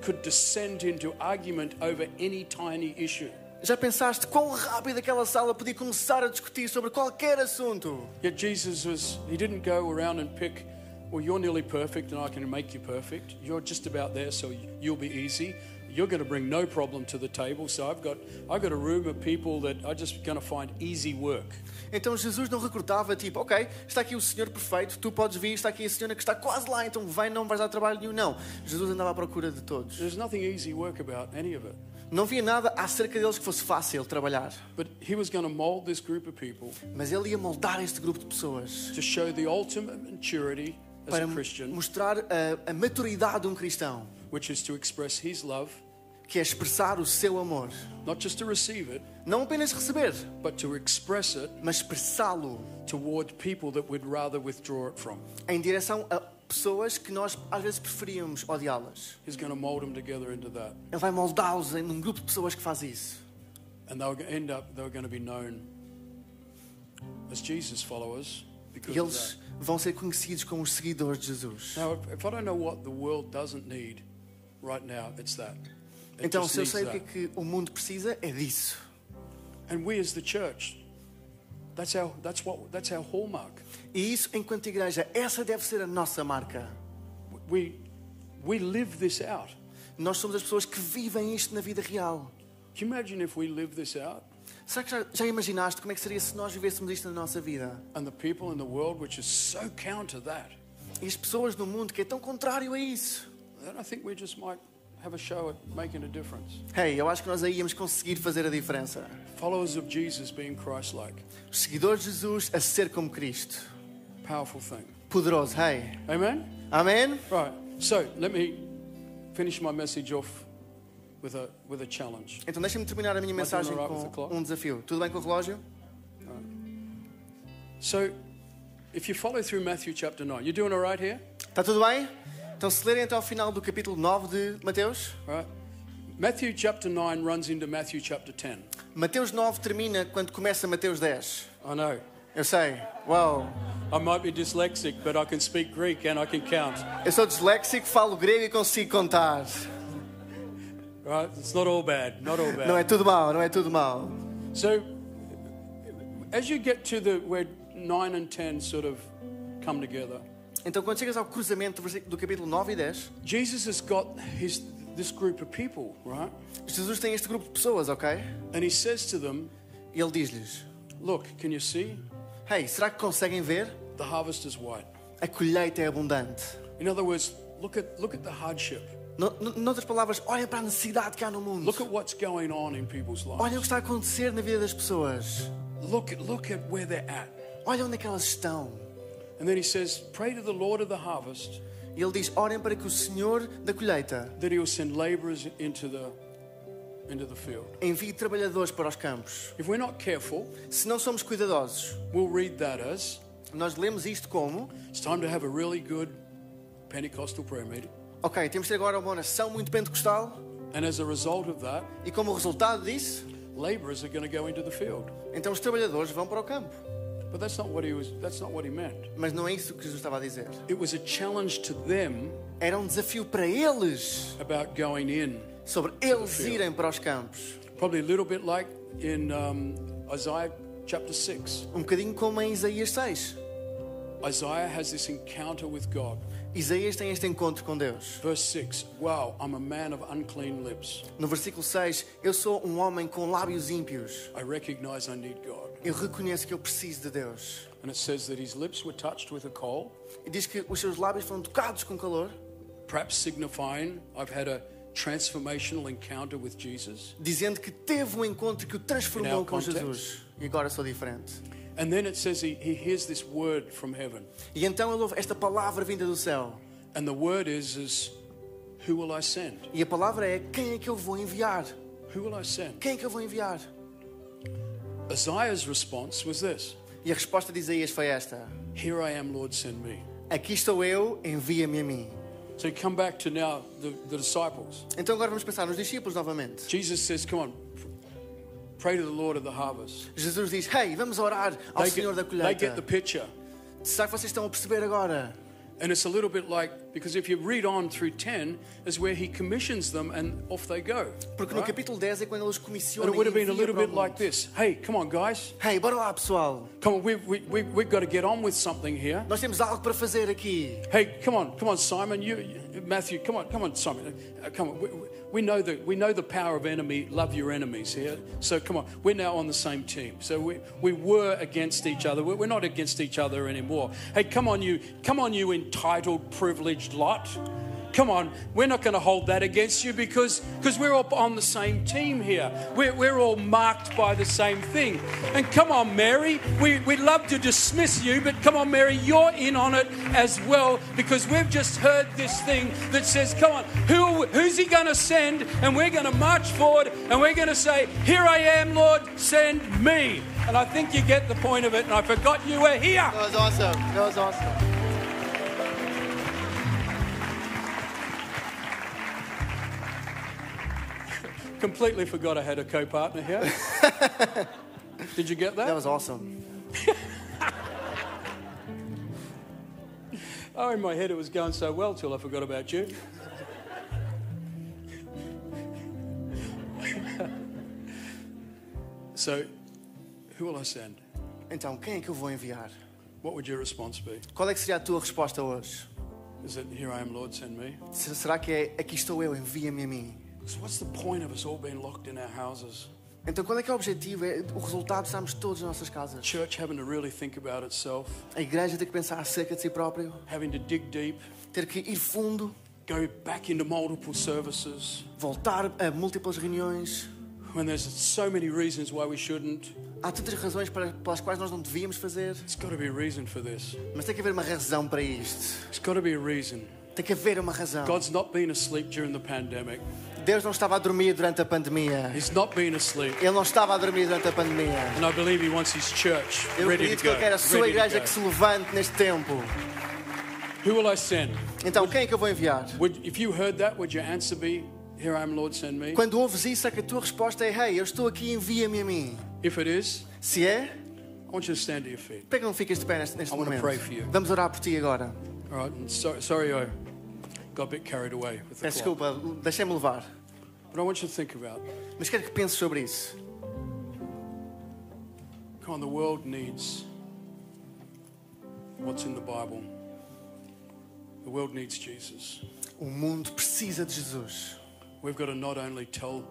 S2: could descend into argument over any tiny issue?
S3: Já pensaste quão rápido aquela sala podia começar a discutir sobre qualquer assunto?
S2: Yet Jesus was he didn't go around and pick well you're nearly perfect and I can make you perfect. You're just about there so you'll be easy. You're going to bring no problem to the table. So I've got I've got a room of people that are just going to find easy work.
S3: Então Jesus não recrutava, tipo, ok, está aqui o senhor perfeito, tu podes vir, está aqui a senhora que está quase lá, então vem, não vais dar trabalho nenhum, não. Jesus andava à procura de todos.
S2: There's nothing easy work about any of it.
S3: Não via nada acerca deles que fosse fácil trabalhar.
S2: But he was going to mold this group of people
S3: Mas ele ia moldar este grupo de pessoas
S2: to show the ultimate maturity as
S3: para
S2: a Christian,
S3: mostrar a, a maturidade de um cristão,
S2: which is to express his love,
S3: que é expressar o seu amor.
S2: not just to receive it,
S3: Não apenas receber,
S2: but to express it
S3: mas expressá-lo
S2: toward people that would rather withdraw it from.
S3: em direção a pessoas que nós às vezes preferíamos odiá-las.
S2: He's going to mold them together into that.
S3: Ele vai moldá-los em um grupo de pessoas que faz isso.
S2: And they'll end up, they're going to be known as Jesus followers because
S3: E
S2: of
S3: eles vão ser conhecidos como os seguidores de Jesus.
S2: that. Now, if, if I don't know what the world doesn't need right now, it's that. It
S3: Então,
S2: just
S3: se eu
S2: needs
S3: sei o que, é
S2: that.
S3: que o mundo precisa, é disso.
S2: And we as the church, that's our, that's what, that's our hallmark.
S3: E isso, enquanto igreja, essa deve ser a nossa marca.
S2: We, we live this out.
S3: Nós somos as pessoas que vivem isto na vida real.
S2: Can you imagine if we live this out
S3: Será que já, já imaginaste como é que seria se nós vivêssemos isto na nossa vida?
S2: and the people in the world, which is so counter that,
S3: E as pessoas no mundo que é tão contrário a isso.
S2: then I think we just might have a show at making a difference.
S3: Hey, eu acho que nós aí íamos conseguir fazer a diferença.
S2: Followers of Jesus being Christ like.
S3: Os seguidores de Jesus a ser como Cristo.
S2: Powerful thing.
S3: Poderoso, hey.
S2: Amen?
S3: Amém?
S2: Right. So let me finish my message off with a, with a challenge.
S3: Então deixa-me terminar a minha
S2: Am I doing
S3: mensagem
S2: alright with the
S3: com
S2: clock?
S3: um desafio. Tudo bem com o relógio?
S2: So if you follow through Matthew chapter 9, you're doing all right here?
S3: Está Tá tudo bem? Então se lerem até ao final do capítulo 9 de Mateus.
S2: All right. Matthew chapter 9 runs into Matthew chapter 10.
S3: Mateus 9 termina quando começa Mateus 10.
S2: I know.
S3: Eu sei. Uau.
S2: I might be dyslexic, but I can speak Greek and I can count.
S3: Eu sou disléxico, falo grego e consigo contar.
S2: Right? It's not all bad. Not all bad.
S3: Não é tudo mal, não é tudo mal.
S2: So, as you get to the where nine and ten sort of come together,
S3: Então quando chegas ao cruzamento do versi- do capítulo 9 e 10,
S2: Jesus has got his this group of people, right?
S3: Jesus tem este grupo de pessoas, ok?
S2: And he says to them,
S3: E ele diz-lhes:
S2: "Look, can you see?
S3: Hey, será que conseguem ver?
S2: The harvest is white."
S3: A colheita é abundante.
S2: In other words, look at look at the hardship.
S3: No- no- Noutras palavras, olha para a necessidade que há no mundo.
S2: Look at what's going on in people's
S3: Olha o
S2: lives.
S3: que está a acontecer na vida das pessoas.
S2: Look at look at where they're at.
S3: Olha onde é que elas estão.
S2: And then he says, "Pray to the Lord of the harvest
S3: E ele diz: Orem para que o Senhor da colheita
S2: that he will send laborers into the into the field."
S3: envie trabalhadores para os campos.
S2: If we're not careful,
S3: Se não somos cuidadosos,
S2: we'll read that as
S3: nós lemos isto como:
S2: It's time to have a really good Pentecostal prayer meeting.
S3: Ok, temos de ter agora uma oração muito pentecostal,
S2: And as a result of that,
S3: e como resultado disso,
S2: laborers are going to go into the field.
S3: então os trabalhadores vão para o campo.
S2: But that's not what he was that's not what he meant.
S3: Mas não é isso que Jesus estava a dizer.
S2: It was a challenge to them
S3: Era um desafio para eles
S2: about going in.
S3: sobre eles irem para os campos.
S2: Probably a little bit like in um, Isaiah chapter 6.
S3: Um bocadinho como em Isaías 6.
S2: Isaiah has this encounter with God.
S3: Isaías tem este encontro com Deus.
S2: Verse 6 Wow, I'm a man of unclean lips.
S3: No versículo 6, eu sou um homem com lábios ímpios.
S2: I recognize I need God.
S3: Eu reconheço que eu preciso de Deus.
S2: And it says that his lips were touched with a coal,
S3: E diz que os seus lábios foram tocados com calor,
S2: perhaps signifying I've had a transformational encounter with Jesus.
S3: dizendo que teve um encontro que o transformou
S2: Now
S3: com
S2: context.
S3: Jesus. E agora sou diferente.
S2: And then it says he, he hears this word from heaven.
S3: E então ele ouve esta palavra vinda do céu.
S2: And the word is, is who will I send?
S3: E a palavra é: quem é que eu vou enviar?
S2: Who will I send?
S3: Quem é que eu vou enviar?
S2: Isaiah's response was this
S3: E a resposta de Isaías foi esta:
S2: Here I am, Lord, send me.
S3: Aqui estou eu, envia-me a mim.
S2: So you come back to now the, the disciples.
S3: Então agora vamos pensar nos discípulos novamente.
S2: Jesus says, Come on, pray to the Lord of the harvest.
S3: Jesus diz: Hey, vamos orar ao
S2: They
S3: Senhor da
S2: get, they get
S3: colheita.
S2: the picture.
S3: Será que vocês estão a perceber agora?
S2: And it's a little bit like, because if you read on through 10, is where he commissions them and off they go.
S3: Porque no
S2: right?
S3: capítulo 10 é quando eles
S2: And
S3: comissionam.
S2: it would have been a little bit like
S3: Like
S2: this Hey, come on, guys.
S3: hey, bora lá, pessoal.
S2: Come on, we, we, we, we've got to get on with something here.
S3: Nós temos algo para fazer aqui.
S2: Hey, come on, come on, Simon. You, you- Matthew, come on, come on, Simon. Uh, come on. We, we- we know the we know the power of enemy. Love your enemies here. So come on, we're now on the same team. So we, we were against each other. We're we're not against each other anymore. Hey, come on, you, come on, you entitled, privileged lot. Come on, we're not going to hold that against you because because we're all on the same team here. We're, we're all marked by the same thing. And come on, Mary, we, we'd love to dismiss you, but come on, Mary, you're in on it as well because we've just heard this thing that says, come on, who, who's he going to send? And we're going to march forward and we're going to say, here I am, Lord, send me. And I think you get the point of it, and I forgot you were here.
S3: That was awesome. That was awesome.
S2: Completely forgot I had a co partner here. Did you get
S3: That
S2: that?
S3: was awesome.
S2: Oh, in my head it was going so well till I forgot about you. so, who will I send?
S3: Então, quem é que eu vou enviar?
S2: What would your response be?
S3: Qual é que seria a tua resposta hoje?
S2: Is it, here I am, Lord, send me?
S3: Se- Será que é aqui estou eu, envia-me a mim?
S2: Because what's the point of us all being locked in our houses?
S3: Então, qual é que é o objetivo? É o resultado de estarmos todos nas nossas casas.
S2: Church having to really think about itself,
S3: A igreja tem que pensar acerca de si próprio,
S2: having to dig deep,
S3: ter que ir fundo,
S2: go back into multiple services
S3: voltar a múltiplas reuniões.
S2: when there's so many reasons why we shouldn't.
S3: Há tantas razões para, pelas quais nós não devíamos fazer,
S2: It's got to be a reason for this.
S3: mas tem que haver uma razão para isto.
S2: It's got to be a reason.
S3: Tem que haver uma razão.
S2: God's not been asleep during the pandemic.
S3: Deus não estava a dormir durante a pandemia.
S2: He's not been asleep.
S3: Ele não estava a dormir durante a pandemia.
S2: And I believe he wants his church
S3: Eu
S2: ready
S3: acredito
S2: to
S3: que
S2: go.
S3: ele quer a sua
S2: ready to
S3: igreja
S2: go.
S3: que se levante neste tempo.
S2: Who will I send?
S3: Então, quem é que eu vou enviar?
S2: Would, if you heard that, would your answer be, Here I am, Lord, send me?
S3: Quando ouves isso, é que a tua resposta é: Hey, eu estou aqui, envia-me a mim.
S2: If it is,
S3: Se é,
S2: I want you to stand to your feet.
S3: por que não ficas de pé neste, neste
S2: I wanna
S3: momento?
S2: pray for you.
S3: Vamos orar por ti agora.
S2: All right. And so, sorry, I got a bit carried away with the
S3: Peço
S2: clock.
S3: desculpa, deixei-me levar.
S2: But I want you to think about
S3: Mas quero que penses sobre isso.
S2: come on, the world needs what's in the Bible. The world needs Jesus.
S3: O mundo precisa de Jesus.
S2: We've got to not only tell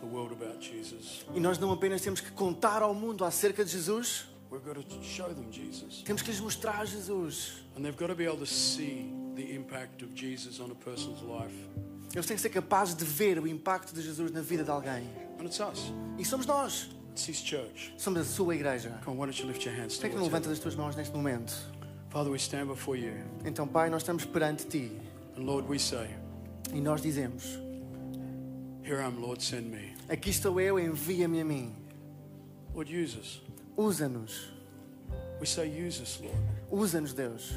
S2: the world about Jesus,
S3: E nós não apenas temos que contar ao mundo acerca de Jesus,
S2: we've got to show them Jesus.
S3: temos que lhes mostrar Jesus.
S2: And they've got to be able to see the impact of Jesus on a person's life.
S3: Eles têm que ser capazes de ver o impacto de Jesus na vida de alguém.
S2: And it's us,
S3: E somos nós.
S2: it's His church.
S3: Somos a sua igreja.
S2: Come on, why don't you lift your hands
S3: Por que é que
S2: towards
S3: não
S2: Him?
S3: levantas as tuas mãos neste momento?
S2: Father, we stand before you.
S3: Então, Pai, nós estamos perante ti
S2: And Lord, we say,
S3: e nós dizemos:
S2: Here I am, Lord, send me.
S3: Aqui estou eu, envia-me a mim.
S2: Lord, use us.
S3: Usa-nos.
S2: We say, Use us, Lord.
S3: Usa-nos, Deus.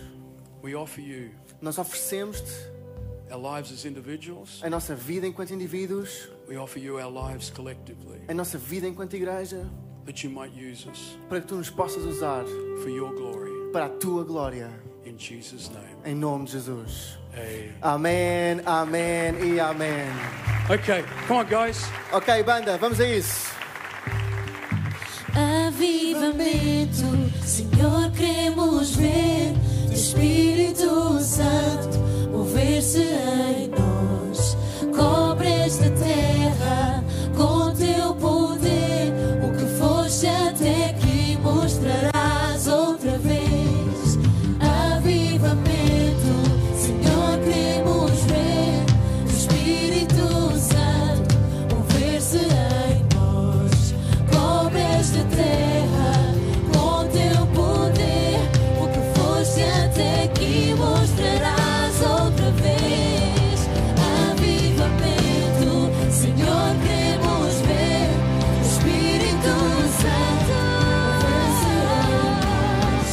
S2: We offer you
S3: Nós oferecemos-te
S2: our lives as individuals,
S3: a nossa vida enquanto indivíduos,
S2: we offer you our lives collectively.
S3: a nossa vida enquanto igreja.
S2: that you might use us
S3: para que tu nos possas usar
S2: for your glory.
S3: para a tua glória.
S2: In Jesus' name.
S3: Em nome de Jesus.
S2: Amen.
S3: Amém, amém e amém.
S2: Okay, come on, guys.
S3: Ok, banda, vamos a isso.
S4: Avivamento, Senhor, queremos ver Teu Espírito Santo mover-se em nós. Cobre esta terra com Teu poder. O que foste até aqui mostrarás outra vez. Avivamento, Senhor, queremos ver Teu Espírito Santo mover-se em nós. Cobre esta terra com teu poder. O que foste até aqui mostrarás outra vez. Avivamento, Senhor, queremos ver. o Espírito Santo vencerás.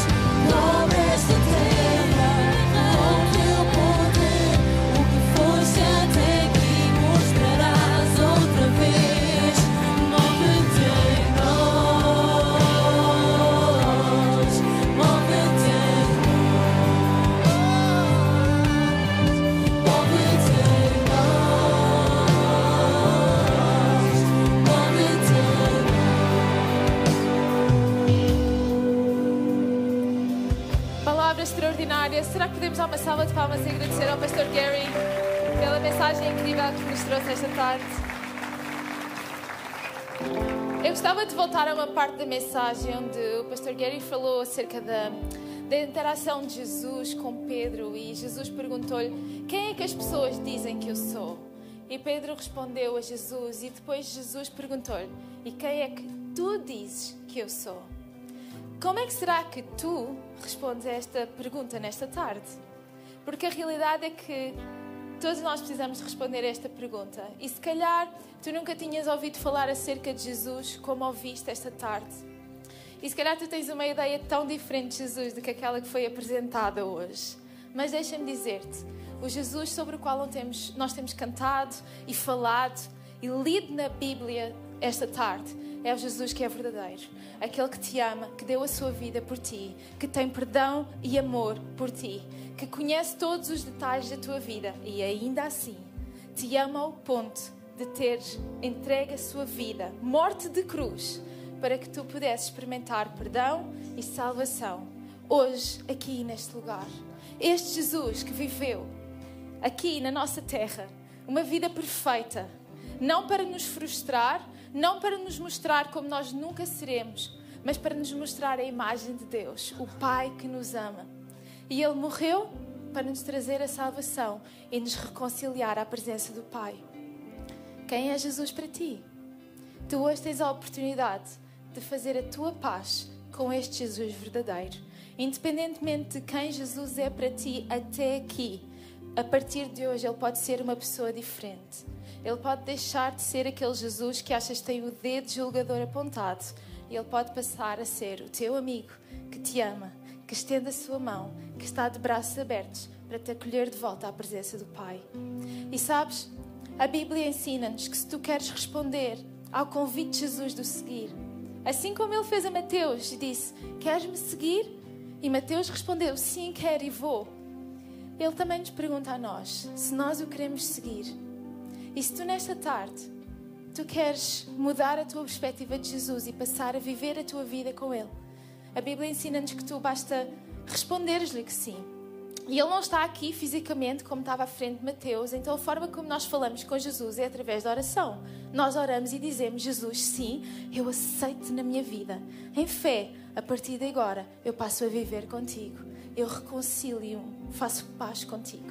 S4: Cobre esta terra com teu poder. O que foste até aqui mostrarás outra vez. Move-te em nós. Move-te em nós. Move-te em nós. Move-te em nós.
S5: Palavra extraordinária. Será que podemos dar uma salva de palmas e agradecer ao Pastor Gary pela mensagem incrível que nos trouxe esta tarde? Eu gostava de voltar a uma parte da mensagem onde o Pastor Gary falou acerca da, da interação de Jesus com Pedro e Jesus perguntou-lhe: Quem é que as pessoas dizem que eu sou? E Pedro respondeu a Jesus e depois Jesus perguntou-lhe: E quem é que tu dizes que eu sou? Como é que será que tu respondes a esta pergunta nesta tarde? Porque a realidade é que todos nós precisamos responder a esta pergunta. E se calhar tu nunca tinhas ouvido falar acerca de Jesus como ouviste esta tarde. E se calhar tu tens uma ideia tão diferente de Jesus do que aquela que foi apresentada hoje. Mas deixa-me dizer-te, o Jesus sobre o qual nós temos, nós temos cantado e falado e lido na Bíblia esta tarde é o Jesus que é verdadeiro. Aquele que te ama, que deu a sua vida por ti, que tem perdão e amor por ti, que conhece todos os detalhes da tua vida e ainda assim te ama ao ponto de teres entregue a sua vida, morte de cruz, para que tu pudesses experimentar perdão e salvação, hoje, aqui neste lugar. Este Jesus que viveu aqui na nossa terra uma vida perfeita, não para nos frustrar, não para nos mostrar como nós nunca seremos, mas para nos mostrar a imagem de Deus, o Pai que nos ama. E ele morreu para nos trazer a salvação e nos reconciliar à presença do Pai. Quem é Jesus para ti? Tu hoje tens a oportunidade de fazer a tua paz com este Jesus verdadeiro. Independentemente de quem Jesus é para ti até aqui, a partir de hoje ele pode ser uma pessoa diferente. Ele pode deixar de ser aquele Jesus que achas que tem o dedo julgador apontado e ele pode passar a ser o teu amigo que te ama, que estende a sua mão, que está de braços abertos para te acolher de volta à presença do Pai. E sabes, a Bíblia ensina-nos que se tu queres responder ao convite de Jesus de o seguir, assim como ele fez a Mateus e disse: Queres-me seguir? E Mateus respondeu: Sim, quero e vou. Ele também nos pergunta a nós se nós o queremos seguir. E se tu nesta tarde tu queres mudar a tua perspectiva de Jesus e passar a viver a tua vida com Ele, a Bíblia ensina-nos que tu basta responderes-lhe que sim. E Ele não está aqui fisicamente como estava à frente de Mateus, então a forma como nós falamos com Jesus é através da oração. Nós oramos e dizemos: Jesus, sim, eu aceito na minha vida. Em fé, a partir de agora, eu passo a viver contigo. Eu reconcilio-me, faço paz contigo.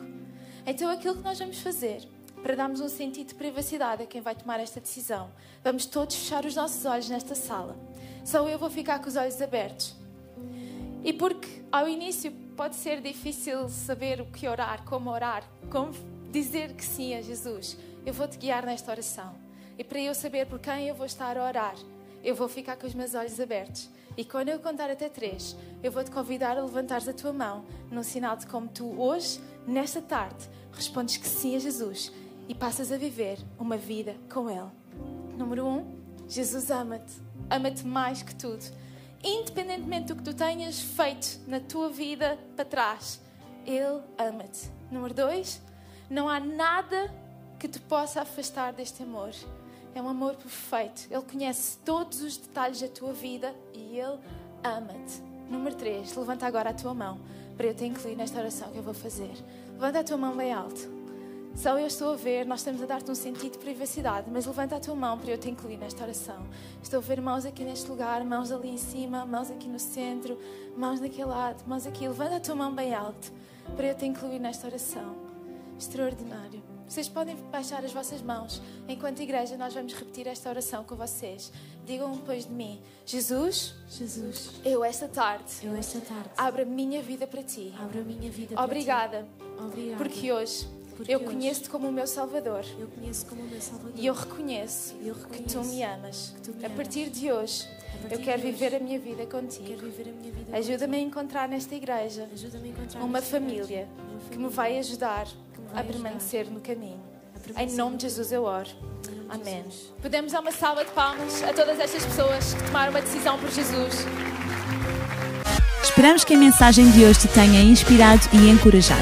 S5: Então, aquilo que nós vamos fazer para darmos um sentido de privacidade a quem vai tomar esta decisão, vamos todos fechar os nossos olhos nesta sala. Só eu vou ficar com os olhos abertos. E porque ao início pode ser difícil saber o que orar, como orar, como dizer que sim a Jesus, eu vou te guiar nesta oração. E para eu saber por quem eu vou estar a orar, eu vou ficar com os meus olhos abertos. E quando eu contar até três, eu vou te convidar a levantares a tua mão num sinal de como tu hoje, nesta tarde, respondes que sim a Jesus e passas a viver uma vida com Ele. Número um, Jesus ama-te, ama-te mais que tudo. Independentemente do que tu tenhas feito na tua vida para trás, Ele ama-te. Número dois, não há nada que te possa afastar deste amor. É um amor perfeito. Ele conhece todos os detalhes da tua vida e Ele ama-te. Número três, levanta agora a tua mão para eu te incluir nesta oração que eu vou fazer. Levanta a tua mão bem alto. Só eu estou a ver, nós estamos a dar-te um sentido de privacidade, mas levanta a tua mão para eu te incluir nesta oração. Estou a ver mãos aqui neste lugar, mãos ali em cima, mãos aqui no centro, mãos daquele lado, mãos aqui. Levanta a tua mão bem alto para eu te incluir nesta oração. Extraordinário. Vocês podem baixar as vossas mãos. Enquanto igreja, nós vamos repetir esta oração com vocês. Digam um depois de mim: Jesus,
S6: Jesus,
S5: eu esta tarde
S6: eu esta tarde
S5: abro a minha vida para ti.
S6: abro a minha vida
S5: Obrigada,
S6: para ti. Obrigada.
S5: porque hoje
S6: Porque
S5: eu
S6: hoje
S5: conheço-te como o meu Salvador.
S6: eu conheço como o meu Salvador.
S5: E eu reconheço,
S6: Eu
S5: que tu
S6: reconheço
S5: me amas.
S6: que tu me
S5: a
S6: amas.
S5: partir de hoje,
S6: partir
S5: eu quero
S6: de hoje,
S5: viver a minha vida
S6: quero
S5: contigo.
S6: viver a minha vida.
S5: Ajuda-me a encontrar nesta igreja
S6: contigo. Ajuda-me a encontrar
S5: uma
S6: esta igreja,
S5: família
S6: uma
S5: que
S6: família
S5: me vai ajudar
S6: me vai
S5: a permanecer no caminho. Em
S6: permanecer
S5: nome
S6: no
S5: de Jesus eu oro.
S6: nome de
S5: Amém.
S6: Jesus.
S5: Podemos dar uma salva de palmas a todas estas pessoas que tomaram uma decisão por Jesus.
S1: Esperamos que a mensagem de hoje te tenha inspirado e encorajado.